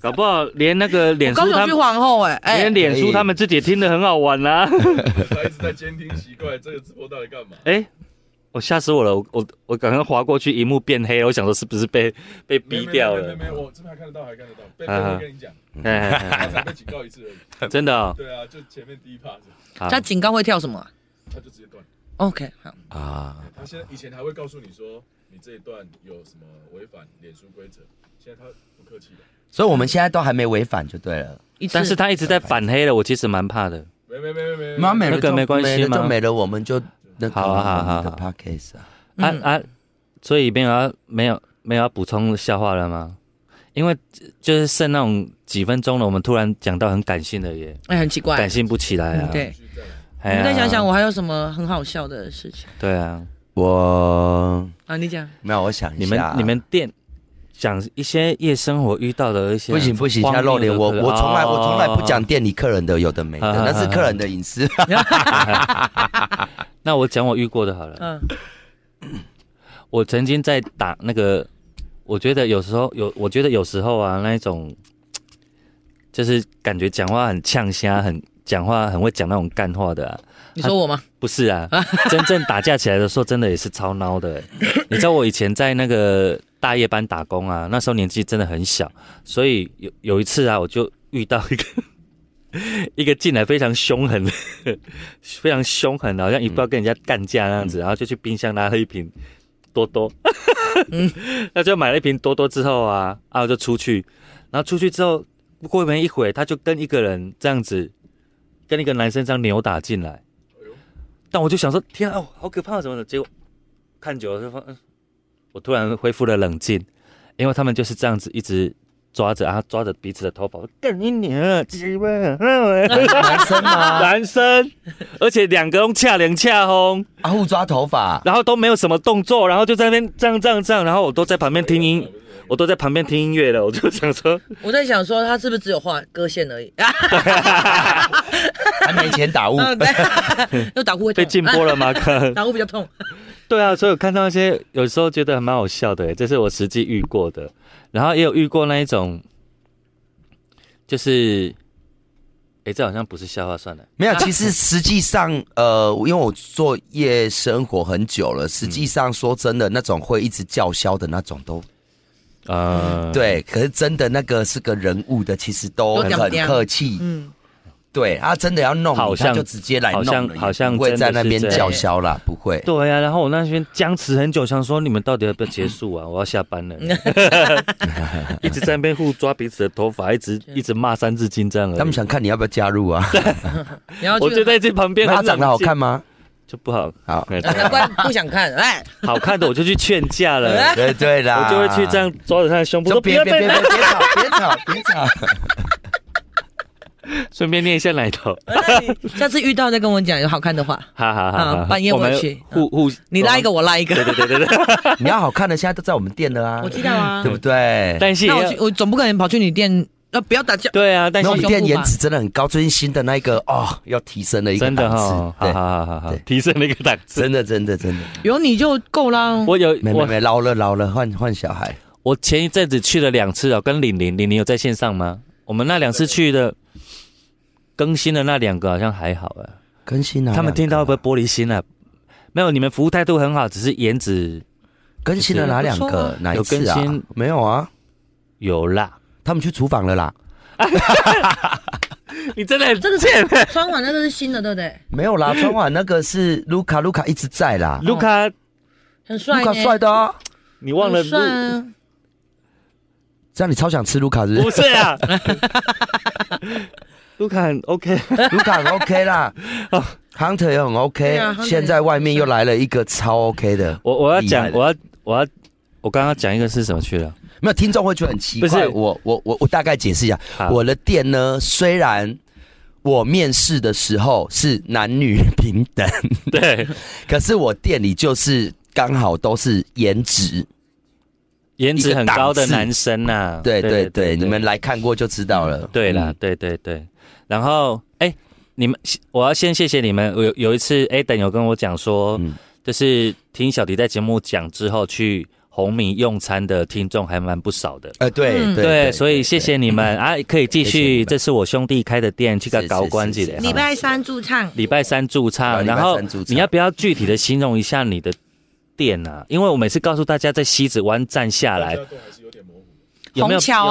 [SPEAKER 2] 搞不好连那个脸
[SPEAKER 3] 高
[SPEAKER 2] 书
[SPEAKER 3] 雄
[SPEAKER 2] 他
[SPEAKER 3] 区
[SPEAKER 2] 们，
[SPEAKER 3] 皇后，哎
[SPEAKER 2] 连
[SPEAKER 3] 哎，
[SPEAKER 2] 脸书他们自己也听得很好玩啊啦。
[SPEAKER 5] 他一直在监听，奇怪，这个直播到底干嘛？
[SPEAKER 2] 哎，我吓死我了，我我我刚刚划过去，荧幕变黑了，我想说是不是被被逼掉
[SPEAKER 5] 没
[SPEAKER 2] 了？
[SPEAKER 5] 没没，我这边还看得到，还看得到，被被跟你讲，
[SPEAKER 2] 哎
[SPEAKER 5] 他
[SPEAKER 2] 哎，
[SPEAKER 5] 才被警告一次而已。
[SPEAKER 2] 哎真的哦，
[SPEAKER 5] 对啊，就前面第一趴，
[SPEAKER 2] 好
[SPEAKER 3] 他警告会跳什么啊
[SPEAKER 5] 他就直接断。
[SPEAKER 3] ？OK，好，
[SPEAKER 4] 啊，
[SPEAKER 5] 他现在以前还会告诉你说你这一段有什么违反脸书规则，现在他不客气了。
[SPEAKER 4] 所以我们现在都还没违反就对了。
[SPEAKER 3] 一次
[SPEAKER 2] 但是他一直在反黑了，我其实蛮怕的。
[SPEAKER 5] 没没没没
[SPEAKER 4] 妈美
[SPEAKER 5] 没，
[SPEAKER 4] 了
[SPEAKER 2] 那个
[SPEAKER 4] 就
[SPEAKER 2] 没关系
[SPEAKER 4] 美了就
[SPEAKER 2] 吗
[SPEAKER 4] 没了，我们就那个
[SPEAKER 2] 好啊好啊好啊
[SPEAKER 4] 我们的 podcast 啊，
[SPEAKER 2] 啊
[SPEAKER 3] 嗯
[SPEAKER 2] 啊，所以没有要没有没有要补充笑话了吗？因为呃就是剩那种几分钟了，我们突然讲到很感性的耶，
[SPEAKER 3] 哎，很奇怪
[SPEAKER 2] 感。性不起来啊。
[SPEAKER 3] 嗯对，
[SPEAKER 2] 哎呀，
[SPEAKER 3] 你再想想，我还有什么很好笑的事情
[SPEAKER 2] 对啊，
[SPEAKER 4] 我
[SPEAKER 3] 啊？你讲，
[SPEAKER 4] 没有，我想一
[SPEAKER 2] 你们
[SPEAKER 4] 下，
[SPEAKER 2] 你们店讲一些夜生活遇到的一些
[SPEAKER 4] 不行不行，现在露脸，我
[SPEAKER 2] 荒谬的
[SPEAKER 4] 我从来
[SPEAKER 2] 哦
[SPEAKER 4] 我从来不讲店里客人的有的没
[SPEAKER 2] 啊啊啊
[SPEAKER 4] 的，那是客人的隐私。
[SPEAKER 2] 那我讲我遇过的好了。
[SPEAKER 3] 嗯，
[SPEAKER 2] 我曾经在打那个，我觉得有时候有，我觉得有时候啊，那一种就是感觉讲话很呛虾，很讲话很会讲那种干话的、啊，
[SPEAKER 3] 你说我吗？
[SPEAKER 2] 不是啊，真正打架起来的时候，真的也是超孬的欸、你知道我以前在那个大夜班打工啊，那时候年纪真的很小，所以有有一次啊，我就遇到一个 一个进来非常凶狠的， 非常凶狠的，好像一步要跟人家干架那样子，然后就去冰箱拿了一瓶多多， 那就买了一瓶多多之后啊，啊我就出去，然后出去之后过没一会，他就跟一个人这样子，跟一个男生这样扭打进来，但我就想说，天啊，好可怕，怎么的？结果看久了就发，嗯，我突然恢复了冷静，因为他们就是这样子一直抓着啊，抓着彼此的头发，我干你娘，鸡巴！
[SPEAKER 4] 男生吗？
[SPEAKER 2] 男生，而且两个都恰两恰轰，
[SPEAKER 4] 啊，互抓头发，
[SPEAKER 2] 然后都没有什么动作，然后就在那边这样这样这样，然后我都在旁边听音，我都在旁边听音乐了，我就想说，
[SPEAKER 3] 我在想说他是不是只有画割线而已啊？
[SPEAKER 4] 还没钱打雾，
[SPEAKER 3] 嗯对， 又打呼会
[SPEAKER 2] 被
[SPEAKER 3] 痛，啊
[SPEAKER 2] 禁播了吗？ 看，
[SPEAKER 3] 打呼比较痛。
[SPEAKER 2] 对啊，所以我看到一些有时候觉得还蛮好笑的耶，这是我实际遇过的，然后也有遇过那一种，就是，哎，这好像不是笑话，算了，
[SPEAKER 4] 没有，其实实际上，呃，因为我做夜生活很久了，实际上说真的，那种会一直叫嚣的那种都
[SPEAKER 2] 呃，，
[SPEAKER 4] 对，可是真的那个是个人物的，其实都
[SPEAKER 3] 都
[SPEAKER 4] 很
[SPEAKER 3] 讲不讲
[SPEAKER 4] 客气，
[SPEAKER 3] 嗯，
[SPEAKER 4] 对，他真的要弄
[SPEAKER 2] 好
[SPEAKER 4] 你，他
[SPEAKER 2] 像
[SPEAKER 4] 就直接来弄
[SPEAKER 2] 好像
[SPEAKER 4] 了
[SPEAKER 2] 好像
[SPEAKER 4] 也不会
[SPEAKER 2] 真的
[SPEAKER 4] 在那
[SPEAKER 2] 是
[SPEAKER 4] 边
[SPEAKER 2] 这样
[SPEAKER 4] 叫嚣啦，不会。
[SPEAKER 2] 对啊，然后我那边僵持很久，想说你们到底要不要结束啊？我要下 班了，一直在那边互抓彼此的头发，一直一直骂三字经这样而已。
[SPEAKER 4] 他们想看你要不要加入 啊？
[SPEAKER 3] 然后
[SPEAKER 2] 我就在这旁边，
[SPEAKER 4] 那他长得好看
[SPEAKER 2] 吗？
[SPEAKER 4] 吗？
[SPEAKER 2] 就不好，
[SPEAKER 4] 好，
[SPEAKER 2] 哎
[SPEAKER 3] 难怪呃不想看，哎，
[SPEAKER 2] 好看的我就去劝架 了，
[SPEAKER 4] 对对啦，
[SPEAKER 2] 我就会去这样抓着他的胸部
[SPEAKER 4] 啊就
[SPEAKER 2] 说不要
[SPEAKER 4] 别
[SPEAKER 2] 再
[SPEAKER 4] 别别
[SPEAKER 2] 来，
[SPEAKER 4] 别吵，别吵，别吵。
[SPEAKER 2] 顺便捏一下奶头，
[SPEAKER 3] 哎 下次遇到再跟我讲有好看的话，
[SPEAKER 2] 哈哈哈哈。
[SPEAKER 3] 啊半夜我去
[SPEAKER 2] 们互互
[SPEAKER 3] 你拉一个，我拉一个，
[SPEAKER 2] 啊对对对对对，
[SPEAKER 4] 你要好看的，现在都在我们店了啊
[SPEAKER 3] 我，知道啊
[SPEAKER 4] 对。不对？
[SPEAKER 2] 但是也
[SPEAKER 3] 那
[SPEAKER 2] 要
[SPEAKER 3] 我去，我总不可能跑去你店，呃，不要打架。
[SPEAKER 2] 对啊，但
[SPEAKER 4] 那
[SPEAKER 2] 是
[SPEAKER 4] 我们
[SPEAKER 3] 胸
[SPEAKER 4] 店
[SPEAKER 3] 部吧
[SPEAKER 4] 颜值真的很高，最近新的那一个哦，要提升了一个
[SPEAKER 2] 真的哈，
[SPEAKER 4] 档次
[SPEAKER 2] 好好
[SPEAKER 4] 对，
[SPEAKER 2] 好好好
[SPEAKER 4] 对，
[SPEAKER 2] 提升了一个档次。
[SPEAKER 4] 真的真的真的，
[SPEAKER 3] 有你就够啦。
[SPEAKER 2] 我有
[SPEAKER 4] 没没
[SPEAKER 2] 我
[SPEAKER 4] 没，捞了捞了，换换小孩，
[SPEAKER 2] 我前一阵子去了两次哦，跟玲玲，玲玲有在线上吗？我们那两次去的，更新的那两个好像还好啊。
[SPEAKER 4] 更新了，
[SPEAKER 2] 他们听到会不会玻璃心啊？没有，你们服务态度很好，只是颜值
[SPEAKER 4] 更新了哪两
[SPEAKER 3] 不错
[SPEAKER 4] 个
[SPEAKER 3] 啊？
[SPEAKER 4] 哪一次啊
[SPEAKER 2] 有更新？
[SPEAKER 4] 没有啊，
[SPEAKER 2] 有啦。
[SPEAKER 4] 他们去厨房了啦，
[SPEAKER 2] 你真的很
[SPEAKER 3] 这 个
[SPEAKER 2] 贱。
[SPEAKER 3] 穿完那个是新的，对不对？
[SPEAKER 4] 没有啦，昨晚那个是卢卡，卢卡一直在啦，
[SPEAKER 2] 卢卡，
[SPEAKER 3] 很帅
[SPEAKER 4] 卢
[SPEAKER 3] 呢，
[SPEAKER 4] 卡帅的啊，
[SPEAKER 2] 你忘了
[SPEAKER 3] 很帅啊。
[SPEAKER 4] 这样你超想吃卢卡是不
[SPEAKER 2] 不
[SPEAKER 4] 是？
[SPEAKER 2] 是啊， 卢卡很 OK，
[SPEAKER 4] 卢卡很 OK 啦，Hunter 也很
[SPEAKER 3] 对
[SPEAKER 4] OK，
[SPEAKER 3] 啊，Hunter
[SPEAKER 4] 现在外面又来了一个超 OK 的，
[SPEAKER 2] 我我要讲
[SPEAKER 4] 厉害，的
[SPEAKER 2] 我要我要我刚刚讲一个是什么去了？
[SPEAKER 4] 没有听众会觉得很奇怪。
[SPEAKER 2] 不是
[SPEAKER 4] 我我我我大概解释一下
[SPEAKER 2] 好，
[SPEAKER 4] 我的店呢，虽然我面试的时候是男女平等，
[SPEAKER 2] 对，
[SPEAKER 4] 可是我店里就是刚好都是颜值。
[SPEAKER 2] 颜值很高的
[SPEAKER 4] 一个档次
[SPEAKER 2] 男生啊呐、
[SPEAKER 4] 对对对，你们来看过就知道了。
[SPEAKER 2] 对啦，
[SPEAKER 4] 嗯，
[SPEAKER 2] 对对对。然后，哎、你们，我要先谢谢你们。有有一次，Aden 有跟我讲说，
[SPEAKER 4] 嗯
[SPEAKER 2] 就是听小迪在节目讲之后，去红米用餐的听众还蛮不少的。
[SPEAKER 4] 呃，对
[SPEAKER 3] 嗯
[SPEAKER 4] 对
[SPEAKER 2] 所以谢谢你们啊，可以继
[SPEAKER 4] 谢谢你
[SPEAKER 2] 续，
[SPEAKER 4] 们
[SPEAKER 2] 这是我兄弟开的店，去给
[SPEAKER 4] 是
[SPEAKER 2] 搞
[SPEAKER 4] 是
[SPEAKER 2] 关
[SPEAKER 4] 是
[SPEAKER 2] 系
[SPEAKER 4] 是
[SPEAKER 2] 的。
[SPEAKER 4] 是
[SPEAKER 3] 礼拜三驻唱，
[SPEAKER 2] 礼拜三驻
[SPEAKER 4] 啊
[SPEAKER 2] 唱，
[SPEAKER 4] 礼拜
[SPEAKER 2] 然后
[SPEAKER 4] 三驻唱
[SPEAKER 2] 你要不要具体的形容一下你的店啊？因为我每次告诉大家在西子湾站下
[SPEAKER 5] 大
[SPEAKER 2] 来
[SPEAKER 5] 家都还是有点模糊。
[SPEAKER 2] 有没有
[SPEAKER 3] 红桥？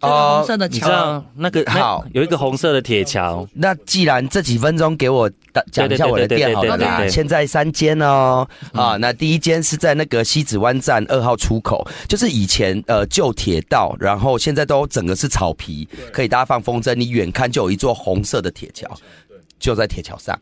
[SPEAKER 3] 啊，这个红色的
[SPEAKER 2] 有你知
[SPEAKER 3] 桥啊，
[SPEAKER 2] 道那个那
[SPEAKER 4] 好
[SPEAKER 2] 有一个红色的铁桥，
[SPEAKER 4] 那既然这几分钟给我打讲一下我的店好了
[SPEAKER 3] 对对对对
[SPEAKER 4] 啦，
[SPEAKER 2] 对对
[SPEAKER 4] 现在三间哦，啊，那第一间是在那个西子湾站二号出口，就是以前呃旧铁道，然后现在都整个是草皮，可以大家放风筝，你远看就有一座红色的铁桥，就在铁桥上，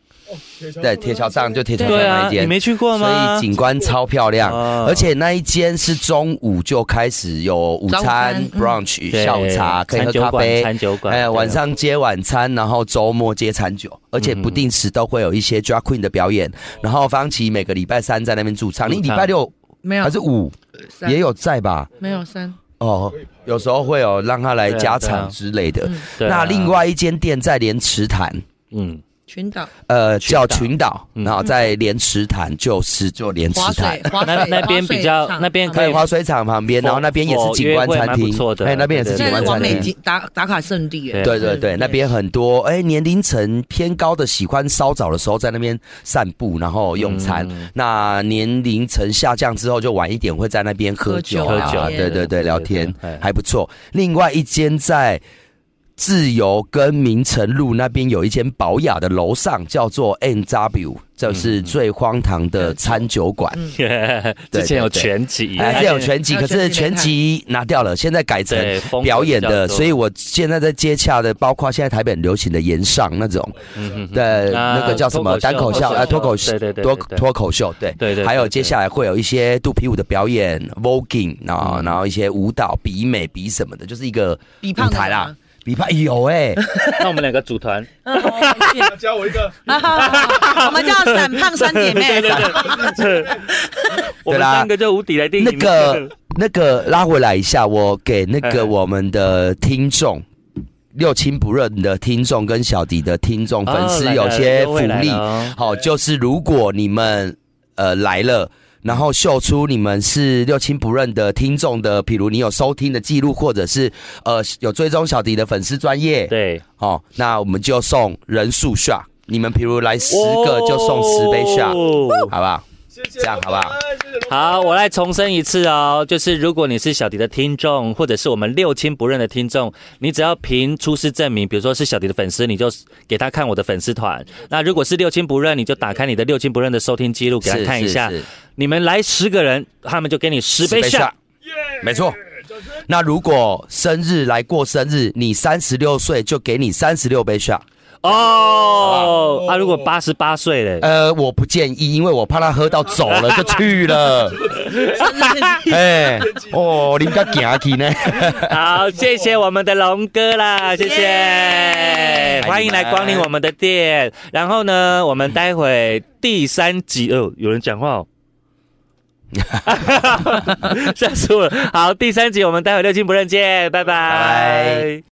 [SPEAKER 5] 铁桥
[SPEAKER 4] 对，铁桥上就铁桥上
[SPEAKER 2] 对
[SPEAKER 4] 那
[SPEAKER 2] 啊，
[SPEAKER 4] 一
[SPEAKER 2] 你
[SPEAKER 4] 间。
[SPEAKER 2] 没去过
[SPEAKER 4] 所
[SPEAKER 2] 吗
[SPEAKER 4] 以？景观超漂亮，
[SPEAKER 2] 啊
[SPEAKER 4] 而且那一间是中午就开始有午
[SPEAKER 3] 早午餐
[SPEAKER 4] 餐
[SPEAKER 3] 嗯
[SPEAKER 4] brunch
[SPEAKER 2] 对
[SPEAKER 4] 下午茶，可以喝
[SPEAKER 2] 餐酒
[SPEAKER 4] 咖
[SPEAKER 2] 馆
[SPEAKER 4] 啡，
[SPEAKER 2] 餐酒馆，
[SPEAKER 4] 哎
[SPEAKER 2] 对嗯
[SPEAKER 4] 呀，
[SPEAKER 2] 啊
[SPEAKER 4] 晚上接晚餐，然后周末接餐酒，而且不定时都会有一些 drag queen 的表演。然后方琦每个礼拜三在那边驻唱，你
[SPEAKER 2] 嗯驻唱
[SPEAKER 4] 礼拜六
[SPEAKER 3] 没有
[SPEAKER 4] 还是五
[SPEAKER 3] 三
[SPEAKER 4] 也有在吧？
[SPEAKER 3] 没有三，
[SPEAKER 4] 哦，有时候会有让他来加场之类的
[SPEAKER 3] 对啊对
[SPEAKER 2] 对
[SPEAKER 3] 啊。
[SPEAKER 2] 啊
[SPEAKER 4] 那另外一间店在莲池潭，
[SPEAKER 2] 嗯，
[SPEAKER 3] 群岛
[SPEAKER 4] 呃，
[SPEAKER 2] 群岛嗯
[SPEAKER 4] 叫群岛，然后在莲池潭，就是就莲池
[SPEAKER 3] 划
[SPEAKER 4] 潭
[SPEAKER 3] 水，，划
[SPEAKER 2] 那
[SPEAKER 3] 水啊
[SPEAKER 2] 那边比较那边
[SPEAKER 4] 还
[SPEAKER 2] 可以
[SPEAKER 4] 有滑水场旁边，
[SPEAKER 2] 否
[SPEAKER 4] 然后那边也是景观餐
[SPEAKER 2] 否约会
[SPEAKER 4] 厅
[SPEAKER 2] 哦蛮不错，的
[SPEAKER 4] 哎，那边也
[SPEAKER 2] 对
[SPEAKER 4] 是景
[SPEAKER 3] 这
[SPEAKER 4] 观
[SPEAKER 3] 是完
[SPEAKER 4] 餐
[SPEAKER 3] 美
[SPEAKER 4] 厅。
[SPEAKER 3] 景打打卡圣地耶。
[SPEAKER 4] 对对对，那边很多哎、年龄层偏高的喜欢稍早的时候在那边散步，然后用餐。
[SPEAKER 2] 嗯
[SPEAKER 4] 那年龄层下降之后，就晚一点会在那边喝酒啊，
[SPEAKER 2] 喝酒啊
[SPEAKER 4] 对对对，聊天
[SPEAKER 2] 对对
[SPEAKER 4] 还不错。另外一间在自由跟明城路那边有一间保雅的楼上叫做 N W，这
[SPEAKER 2] 嗯
[SPEAKER 4] 是最荒唐的餐酒馆。
[SPEAKER 2] 之前有全集，
[SPEAKER 4] 哎，这有全集，
[SPEAKER 3] 那
[SPEAKER 4] 可是全
[SPEAKER 3] 全
[SPEAKER 4] 集拿掉了，现在改成
[SPEAKER 2] 对风格
[SPEAKER 4] 表演
[SPEAKER 2] 比较
[SPEAKER 4] 的，
[SPEAKER 2] 多
[SPEAKER 4] 所以我现在在接洽的，包括现在台北很流行的演上那种
[SPEAKER 2] 嗯
[SPEAKER 4] 的，
[SPEAKER 2] 啊
[SPEAKER 4] 那个叫什么
[SPEAKER 2] 脱口秀
[SPEAKER 4] 单口秀
[SPEAKER 2] 脱口秀哦对
[SPEAKER 4] 啊，脱口秀，
[SPEAKER 2] 对对
[SPEAKER 4] 脱
[SPEAKER 2] 对对
[SPEAKER 4] 脱口秀，对
[SPEAKER 2] 对对对
[SPEAKER 4] 还有接下来会有一些肚皮舞的表演，voguing，
[SPEAKER 2] 嗯
[SPEAKER 4] 然后然后一些舞蹈比美比什么的，就是一个
[SPEAKER 3] 比胖
[SPEAKER 4] 舞
[SPEAKER 3] 的
[SPEAKER 4] 台啦
[SPEAKER 3] 吗。
[SPEAKER 4] 比胖有哎，
[SPEAKER 2] 那我们两个组团，
[SPEAKER 3] 嗯好谢谢
[SPEAKER 5] 他教我一个，
[SPEAKER 3] 啊好好好 我们叫闪胖三姐妹，
[SPEAKER 2] 我们三个就无敌来定
[SPEAKER 4] 那个那个拉回来一下，我给那
[SPEAKER 2] 哎
[SPEAKER 4] 个我们的听众。六亲不认的听众跟小迪的听众
[SPEAKER 2] 哦
[SPEAKER 4] 粉丝
[SPEAKER 2] 来了
[SPEAKER 4] 有些
[SPEAKER 2] 又
[SPEAKER 4] 福
[SPEAKER 2] 会来
[SPEAKER 4] 利
[SPEAKER 2] 了哦，
[SPEAKER 4] 好，就是如果你们呃来了，然后秀出你们是六亲不认的听众的，比如你有收听的记录，或者是呃有追踪小迪的粉丝专业，
[SPEAKER 2] 对，
[SPEAKER 4] 哦，那我们就送人数下，你们比如来十个就送十杯下，
[SPEAKER 2] 哦
[SPEAKER 4] 好不好？
[SPEAKER 5] 谢谢，
[SPEAKER 4] 这样好不好？
[SPEAKER 5] 谢谢卢
[SPEAKER 2] 好，我来重申一次哦，就是如果你是小迪的听众，或者是我们六亲不认的听众，你只要凭出示证明，比如说是小迪的粉丝，你就给他看我的粉丝团。那如果是六亲不认，你就打开你的六亲不认的收听记录给他
[SPEAKER 4] 是
[SPEAKER 2] 看一
[SPEAKER 4] 是
[SPEAKER 2] 下
[SPEAKER 4] 是。
[SPEAKER 2] 你们来十个人，他们就给你十杯
[SPEAKER 4] 杯
[SPEAKER 2] 下
[SPEAKER 4] 下。没错。那如果生日来过生日，你三十六岁就给你三十六杯 shot。
[SPEAKER 2] 哦。啊，如果八十八岁嘞，
[SPEAKER 4] 呃，我不建议，因为我怕他喝到走了就去了。哎，哦，你个行去呢？
[SPEAKER 2] 好，谢谢我们的龙哥啦，谢谢
[SPEAKER 3] 耶，
[SPEAKER 2] 欢迎来光临我们的店。然后呢，我们待会第三集哦，有人讲话哦。 吓死我了！好，第三集我们待会六亲不认见，拜拜
[SPEAKER 4] 拜